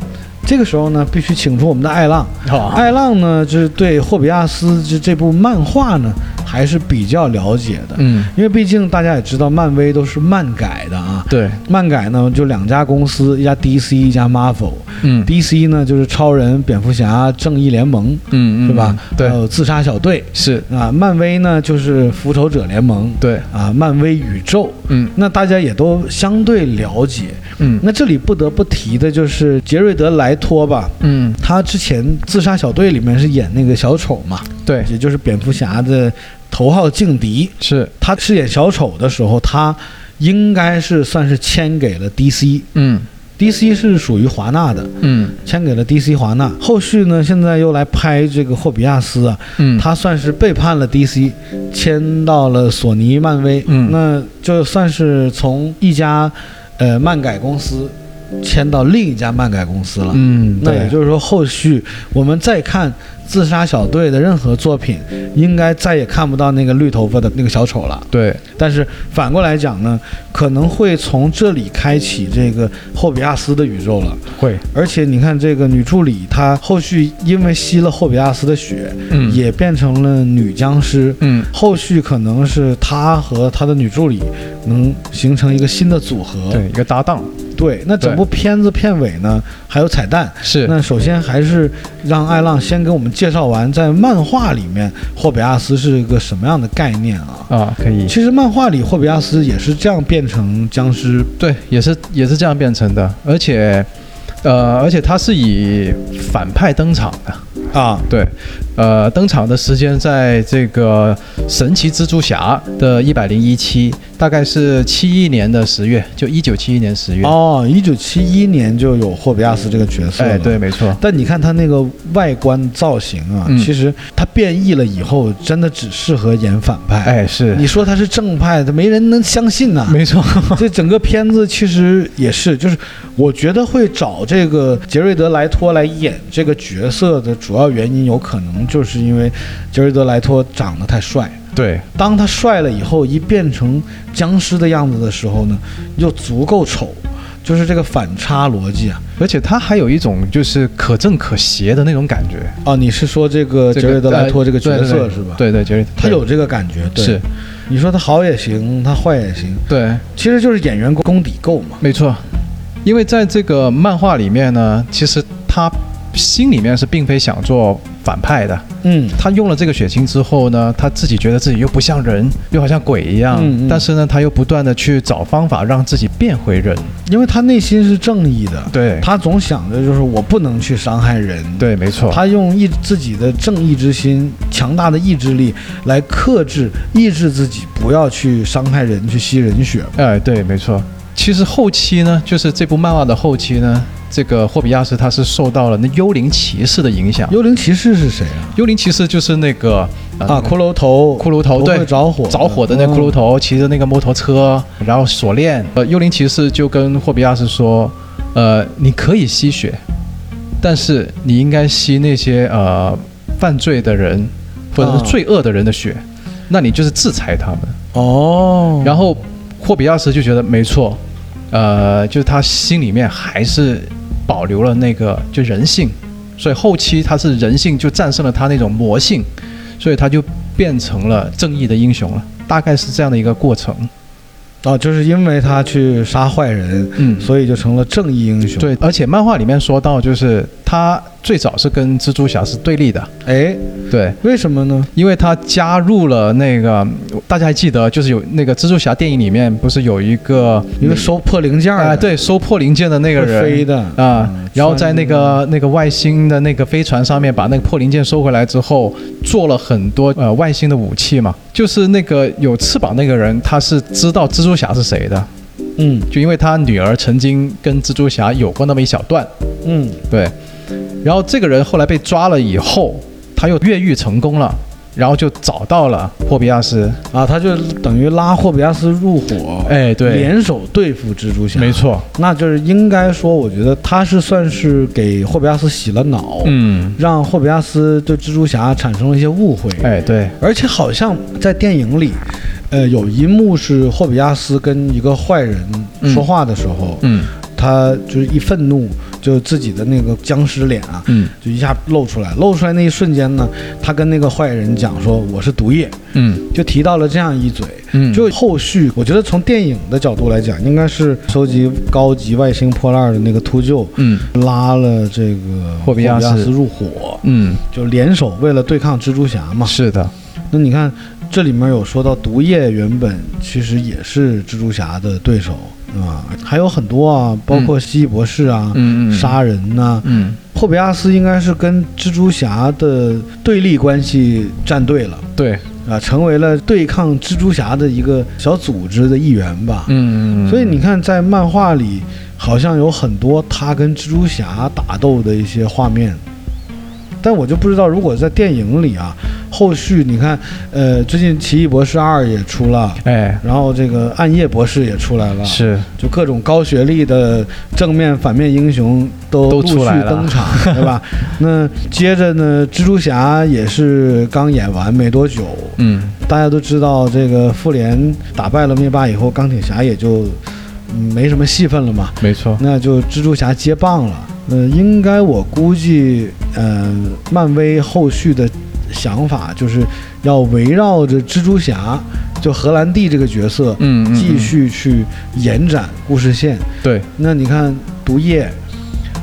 [SPEAKER 1] 这个时候呢，必须请出我们的艾浪。
[SPEAKER 2] 好，
[SPEAKER 1] 艾浪呢，就是对《霍比亚斯》这这部漫画呢，还是比较了解的，
[SPEAKER 2] 嗯，
[SPEAKER 1] 因为毕竟大家也知道，漫威都是漫改的啊。
[SPEAKER 2] 对，
[SPEAKER 1] 漫改呢，就两家公司，一家 DC，一家 Marvel。
[SPEAKER 2] 嗯
[SPEAKER 1] DC 呢，就是超人、蝙蝠侠、正义联盟，
[SPEAKER 2] 嗯，嗯
[SPEAKER 1] 是吧？
[SPEAKER 2] 对
[SPEAKER 1] 还，有自杀小队
[SPEAKER 2] 是，
[SPEAKER 1] 啊。漫威呢，就是复仇者联盟
[SPEAKER 2] 对，
[SPEAKER 1] 啊，漫威宇宙。
[SPEAKER 2] 嗯
[SPEAKER 1] 那大家也都相对了解。
[SPEAKER 2] 嗯
[SPEAKER 1] 那这里不得不提的就是杰瑞德·莱托吧，
[SPEAKER 2] 嗯，
[SPEAKER 1] 他之前《自杀小队》里面是演那个小丑嘛，
[SPEAKER 2] 对，
[SPEAKER 1] 也就是蝙蝠侠的头号劲敌。
[SPEAKER 2] 是，
[SPEAKER 1] 他饰演小丑的时候，他应该是算是签给了 DC，DC
[SPEAKER 2] 嗯
[SPEAKER 1] 是属于华纳的，
[SPEAKER 2] 嗯
[SPEAKER 1] 签给了 DC 华纳。后续呢，现在又来拍这个《霍比亚斯》啊，
[SPEAKER 2] 嗯，
[SPEAKER 1] 他算是背叛了 DC，签到了索尼漫威，
[SPEAKER 2] 嗯
[SPEAKER 1] 那就算是从一家呃漫改公司签到另一家漫改公司了。
[SPEAKER 2] 嗯，
[SPEAKER 1] 那
[SPEAKER 2] 对
[SPEAKER 1] 也就是说，后续我们再看自杀小队的任何作品，应该再也看不到那个绿头发的那个小丑了。
[SPEAKER 2] 对，
[SPEAKER 1] 但是反过来讲呢，可能会从这里开启这个霍比亚斯的宇宙了。
[SPEAKER 2] 会，
[SPEAKER 1] 而且你看，这个女助理她后续因为吸了霍比亚斯的血，
[SPEAKER 2] 嗯
[SPEAKER 1] 也变成了女僵尸。
[SPEAKER 2] 嗯
[SPEAKER 1] 后续可能是她和她的女助理能形成一个新的组合。
[SPEAKER 2] 对一个搭档
[SPEAKER 1] 对那整部片子片尾呢还有彩蛋。
[SPEAKER 2] 是，
[SPEAKER 1] 那首先还是让艾浪先给我们介绍完，在漫画里面霍比亚斯是一个什么样的概念啊？
[SPEAKER 2] 啊，可以，
[SPEAKER 1] 其实漫画里霍比亚斯也是这样变成僵尸，
[SPEAKER 2] 对，也是也是这样变成的，而且。呃，而且他是以反派登场的，
[SPEAKER 1] 啊，
[SPEAKER 2] 对，呃，登场的时间在这个《神奇蜘蛛侠》的一百零一期，大概是七一年的十月，就一九七一年十月。
[SPEAKER 1] 哦，一九七一年就有霍比亚斯这个角色了。
[SPEAKER 2] 哎，对，。没错，
[SPEAKER 1] 但你看他那个外观造型啊，
[SPEAKER 2] 嗯
[SPEAKER 1] 其实他变异了以后，真的只适合演反派。，
[SPEAKER 2] 哎，是，
[SPEAKER 1] 你说他是正派，他没人能相信呐、
[SPEAKER 2] 没错，
[SPEAKER 1] 这整个片子其实也是，就是我觉得会找这个杰瑞德·莱托来演这个角色的主要原因，有可能就是因为杰瑞德·莱托长得太帅。
[SPEAKER 2] 对，
[SPEAKER 1] 当他帅了以后，一变成僵尸的样子的时候呢，又足够丑，就是这个反差逻辑啊。
[SPEAKER 2] 而且他还有一种就是可正可邪的那种感觉。
[SPEAKER 1] 哦，你是说这个
[SPEAKER 2] 这
[SPEAKER 1] 杰
[SPEAKER 2] 个
[SPEAKER 1] 瑞德莱托这个角
[SPEAKER 2] 呃对对
[SPEAKER 1] 色
[SPEAKER 2] 对
[SPEAKER 1] 是吧？，
[SPEAKER 2] 对对，杰瑞德，
[SPEAKER 1] 他有这个感觉。对
[SPEAKER 2] 是，，
[SPEAKER 1] 你说他好也行，他坏也行，
[SPEAKER 2] 对，
[SPEAKER 1] 其实就是演员功底够嘛。
[SPEAKER 2] 没错，因为在这个漫画里面呢，其实他心里面是并非想做反派的，
[SPEAKER 1] 嗯
[SPEAKER 2] 他用了这个血清之后呢，他自己觉得自己又不像人，又好像鬼一样，
[SPEAKER 1] 嗯嗯
[SPEAKER 2] 但是呢，他又不断的去找方法让自己变回人。
[SPEAKER 1] 因为他内心是正义的，
[SPEAKER 2] 对，
[SPEAKER 1] 他总想着就是我不能去伤害人。。
[SPEAKER 2] 对，没错，
[SPEAKER 1] 他用意自己的正义之心、强大的意志力来克制、抑制自己，不要去伤害人、去吸人血
[SPEAKER 2] 哎，对，没错。其实后期呢，就是这部漫画的后期呢，这个霍比亚斯他是受到了那幽灵骑士的影响。
[SPEAKER 1] 幽灵骑士是谁啊？
[SPEAKER 2] 幽灵骑士就是那个呃
[SPEAKER 1] 啊，骷髅头，
[SPEAKER 2] 骷髅头
[SPEAKER 1] 头
[SPEAKER 2] 对
[SPEAKER 1] 会着火，嗯
[SPEAKER 2] 着火的那骷髅头，骑着那个摩托车，然后锁链。呃，幽灵骑士就跟霍比亚斯说，呃，你可以吸血，但是你应该吸那些呃犯罪的人或者是
[SPEAKER 1] 啊
[SPEAKER 2] 罪恶的人的血，那你就是制裁他们。
[SPEAKER 1] 嗯哦，
[SPEAKER 2] 然后霍比亚斯就觉得没错，呃，就是他心里面还是保留了那个就人性，所以后期他是人性就战胜了他那种魔性，所以他就变成了正义的英雄了，大概是这样的一个过程。
[SPEAKER 1] 啊，就是因为他去杀坏人，
[SPEAKER 2] 嗯
[SPEAKER 1] 所以就成了正义英雄。，
[SPEAKER 2] 对，而且漫画里面说到，就是他最早是跟蜘蛛侠是对立的，
[SPEAKER 1] 哎，
[SPEAKER 2] 对，
[SPEAKER 1] 为什么呢？
[SPEAKER 2] 因为他加入了那个，大家还记得，就是有那个蜘蛛侠电影里面不是有一个
[SPEAKER 1] 因为收破零件儿的
[SPEAKER 2] 啊、对，收破零件的那个
[SPEAKER 1] 会
[SPEAKER 2] 人
[SPEAKER 1] 飞的
[SPEAKER 2] 啊、
[SPEAKER 1] 嗯
[SPEAKER 2] 然后在那个那个外星的那个飞船上面把那个破零件收回来之后，做了很多呃外星的武器嘛。就是那个有翅膀那个人，他是知道蜘蛛侠是谁的，
[SPEAKER 1] 嗯
[SPEAKER 2] 就因为他女儿曾经跟蜘蛛侠有过那么一小段，
[SPEAKER 1] 嗯，
[SPEAKER 2] 对。然后这个人后来被抓了以后，他又越狱成功了，然后就找到了霍比亚斯，
[SPEAKER 1] 啊，他就等于拉霍比亚斯入伙，
[SPEAKER 2] 哎，对，
[SPEAKER 1] 联手对付蜘蛛侠。
[SPEAKER 2] 没，错，
[SPEAKER 1] 那就是应该说，我觉得他是算是给霍比亚斯洗了脑，
[SPEAKER 2] 嗯，
[SPEAKER 1] 让霍比亚斯对蜘蛛侠产生了一些误会。
[SPEAKER 2] 哎，对，
[SPEAKER 1] 而且好像在电影里，呃，有一幕是霍比亚斯跟一个坏人说话的时候，
[SPEAKER 2] 嗯，
[SPEAKER 1] 他就是一愤怒，就自己的那个僵尸脸啊，
[SPEAKER 2] 嗯
[SPEAKER 1] 就一下露出来。露出来那一瞬间呢，他跟那个坏人讲说我是毒液，
[SPEAKER 2] 嗯
[SPEAKER 1] 就提到了这样一嘴。
[SPEAKER 2] 嗯，
[SPEAKER 1] 就后续，我觉得从电影的角度来讲，应该是收集高级外星破烂的那个秃鹫
[SPEAKER 2] 嗯
[SPEAKER 1] 拉了这个
[SPEAKER 2] 霍比亚斯
[SPEAKER 1] 斯入伙，
[SPEAKER 2] 嗯
[SPEAKER 1] 就联手为了对抗蜘蛛侠嘛。
[SPEAKER 2] 是的，
[SPEAKER 1] 那你看，这里面有说到毒液原本其实也是蜘蛛侠的对手，对吧？还有很多啊，包括蜥蜴博士啊、
[SPEAKER 2] 嗯嗯
[SPEAKER 1] 杀人呐、
[SPEAKER 2] 嗯
[SPEAKER 1] 霍比亚斯应该是跟蜘蛛侠的对立关系站队了。
[SPEAKER 2] 对，
[SPEAKER 1] 啊，成为了对抗蜘蛛侠的一个小组织的一员吧。
[SPEAKER 2] 嗯
[SPEAKER 1] 所以你看，在漫画里好像有很多他跟蜘蛛侠打斗的一些画面，但我就不知道如果在电影里啊，后续你看，呃，最近《奇异博士二》也出了。
[SPEAKER 2] 哎
[SPEAKER 1] 然后这个暗夜博士也出来了，
[SPEAKER 2] 是
[SPEAKER 1] 就各种高学历的正面、反面英雄都
[SPEAKER 2] 都
[SPEAKER 1] 陆续
[SPEAKER 2] 出来了
[SPEAKER 1] 登场，对 吧？那接着呢，蜘蛛侠也是刚演完没多久，
[SPEAKER 2] 嗯
[SPEAKER 1] 大家都知道，这个复联打败了灭霸以后，钢铁侠也就嗯没什么戏份了嘛，
[SPEAKER 2] 没错，
[SPEAKER 1] 那就蜘蛛侠接棒了。呃，应该我估计，呃，漫威后续的想法就是要围绕着蜘蛛侠，就荷兰弟这个角色，
[SPEAKER 2] 嗯嗯
[SPEAKER 1] 继续去延展故事线。
[SPEAKER 2] 对，
[SPEAKER 1] 那你看，毒液，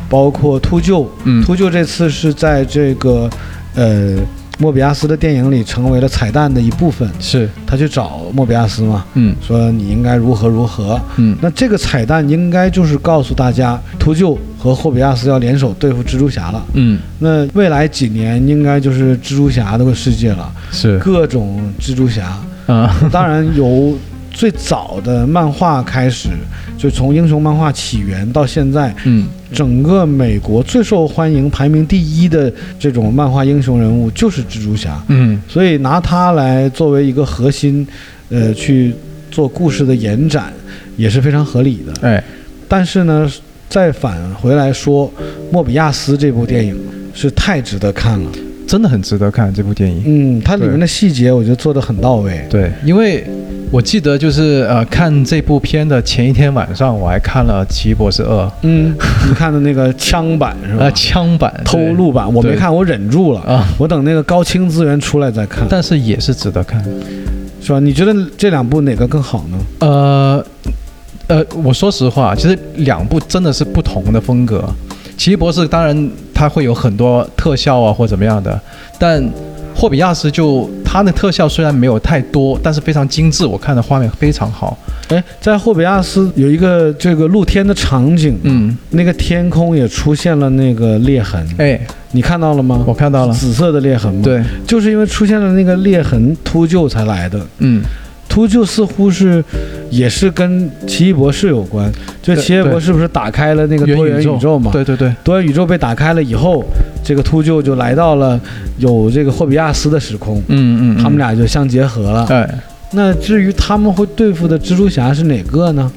[SPEAKER 1] 包括秃鹫，
[SPEAKER 2] 嗯
[SPEAKER 1] 秃鹫这次是在这个呃莫比亚斯的电影里成为了彩蛋的一部分。
[SPEAKER 2] 是
[SPEAKER 1] 他去找莫比亚斯嘛，
[SPEAKER 2] 嗯
[SPEAKER 1] 说你应该如何如何。
[SPEAKER 2] 嗯
[SPEAKER 1] 那这个彩蛋应该就是告诉大家，秃鹫和霍比亚斯要联手对付蜘蛛侠了。
[SPEAKER 2] 嗯
[SPEAKER 1] 那未来几年应该就是蜘蛛侠的世界了，
[SPEAKER 2] 是
[SPEAKER 1] 各种蜘蛛侠。
[SPEAKER 2] 啊
[SPEAKER 1] 当然由最早的漫画开始，就从英雄漫画起源到现在，
[SPEAKER 2] 嗯
[SPEAKER 1] 整个美国最受欢迎、排名第一的这种漫画英雄人物就是蜘蛛侠，
[SPEAKER 2] 嗯
[SPEAKER 1] 所以拿它来作为一个核心，呃，去做故事的延展也是非常合理的。
[SPEAKER 2] 哎
[SPEAKER 1] 但是呢，再返回来说，《莫比亚斯》这部电影是太值得看了，
[SPEAKER 2] 真的很值得看这部电影。
[SPEAKER 1] 嗯，它里面的细节我觉得做得很到位。
[SPEAKER 2] 对，因为我记得就是呃，看这部片的前一天晚上，我还看了《奇异博士二》
[SPEAKER 1] 嗯，你看的那个枪版是吧？
[SPEAKER 2] 呃枪版
[SPEAKER 1] 偷
[SPEAKER 2] 对
[SPEAKER 1] 录版，我没
[SPEAKER 2] 对
[SPEAKER 1] 看，我忍住了。
[SPEAKER 2] 啊，
[SPEAKER 1] 我等那个高清资源出来再看，
[SPEAKER 2] 但是也是值得看。
[SPEAKER 1] 是吧？你觉得这两部哪个更好呢？
[SPEAKER 2] 呃呃，我说实话，其实两部真的是不同的风格。奇异博士当然它会有很多特效啊或怎么样的，但霍比亚斯就它的特效虽然没有太多，但是非常精致，我看的画面非常好。
[SPEAKER 1] 哎，在霍比亚斯有一个这个露天的场景，
[SPEAKER 2] 嗯，
[SPEAKER 1] 那个天空也出现了那个裂痕，
[SPEAKER 2] 哎，
[SPEAKER 1] 你看到了吗？
[SPEAKER 2] 我看到了，
[SPEAKER 1] 紫色的裂痕吗？，
[SPEAKER 2] 对，
[SPEAKER 1] 就是因为出现了那个裂痕，秃鹫才来的。
[SPEAKER 2] 嗯，
[SPEAKER 1] 秃鹫似乎是，也是跟奇异博士有关。就
[SPEAKER 2] 对
[SPEAKER 1] 奇异博
[SPEAKER 2] 对
[SPEAKER 1] 士不是打开了那个多元宇宙嘛？
[SPEAKER 2] 对对对，
[SPEAKER 1] 多元宇宙被打开了以后，这个秃鹫就来到了有这个霍比亚斯的时空，
[SPEAKER 2] 嗯嗯，嗯
[SPEAKER 1] 他们，俩就相结合了。
[SPEAKER 2] 哎。
[SPEAKER 1] 那至于他们会对付的蜘蛛侠是哪个呢？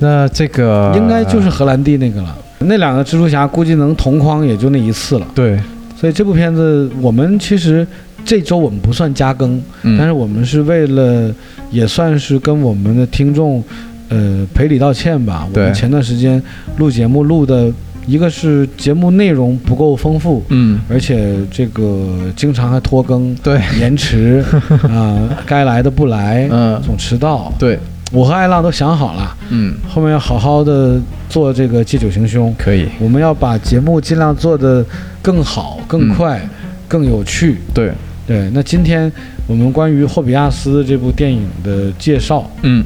[SPEAKER 2] 那这个
[SPEAKER 1] 应该就是荷兰弟那个了。那两个蜘蛛侠估计能同框也就那一次了。
[SPEAKER 2] 对，
[SPEAKER 1] 所以这部片子我们其实这周我们不算加更，
[SPEAKER 2] 嗯
[SPEAKER 1] 但是我们是为了也算是跟我们的听众呃赔礼道歉吧。我
[SPEAKER 2] 对
[SPEAKER 1] 们前段时间录节目录的一个是节目内容不够丰富，
[SPEAKER 2] 嗯，
[SPEAKER 1] 而且这个经常还拖 更、
[SPEAKER 2] 对，
[SPEAKER 1] 延迟啊、该来的不来，
[SPEAKER 2] 嗯，
[SPEAKER 1] 总迟到。
[SPEAKER 2] 对，
[SPEAKER 1] 我和艾浪都想好了，
[SPEAKER 2] 嗯，
[SPEAKER 1] 后面要好好的做这个借酒行凶，
[SPEAKER 2] 可以，
[SPEAKER 1] 我们要把节目尽量做得更好、更快、更有趣。
[SPEAKER 2] 对，
[SPEAKER 1] 对，那今天我们关于《霍比亚斯》这部电影的介绍、
[SPEAKER 2] 嗯，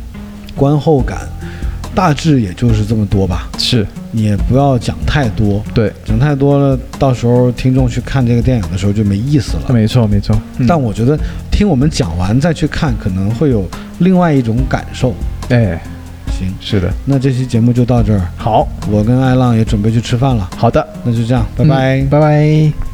[SPEAKER 1] 观后感，大致也就是这么多吧，
[SPEAKER 2] 是
[SPEAKER 1] 你也不要讲太多。
[SPEAKER 2] 对，
[SPEAKER 1] 讲太多了，到时候听众去看这个电影的时候就没意思了。
[SPEAKER 2] 没错没错，嗯
[SPEAKER 1] 但我觉得听我们讲完再去看，可能会有另外一种感受。
[SPEAKER 2] 哎，
[SPEAKER 1] 行，
[SPEAKER 2] 是的，
[SPEAKER 1] 那这期节目就到这儿，
[SPEAKER 2] 好
[SPEAKER 1] 我跟艾浪也准备去吃饭了，
[SPEAKER 2] 好的，
[SPEAKER 1] 那就这样，拜拜。
[SPEAKER 2] 嗯拜拜。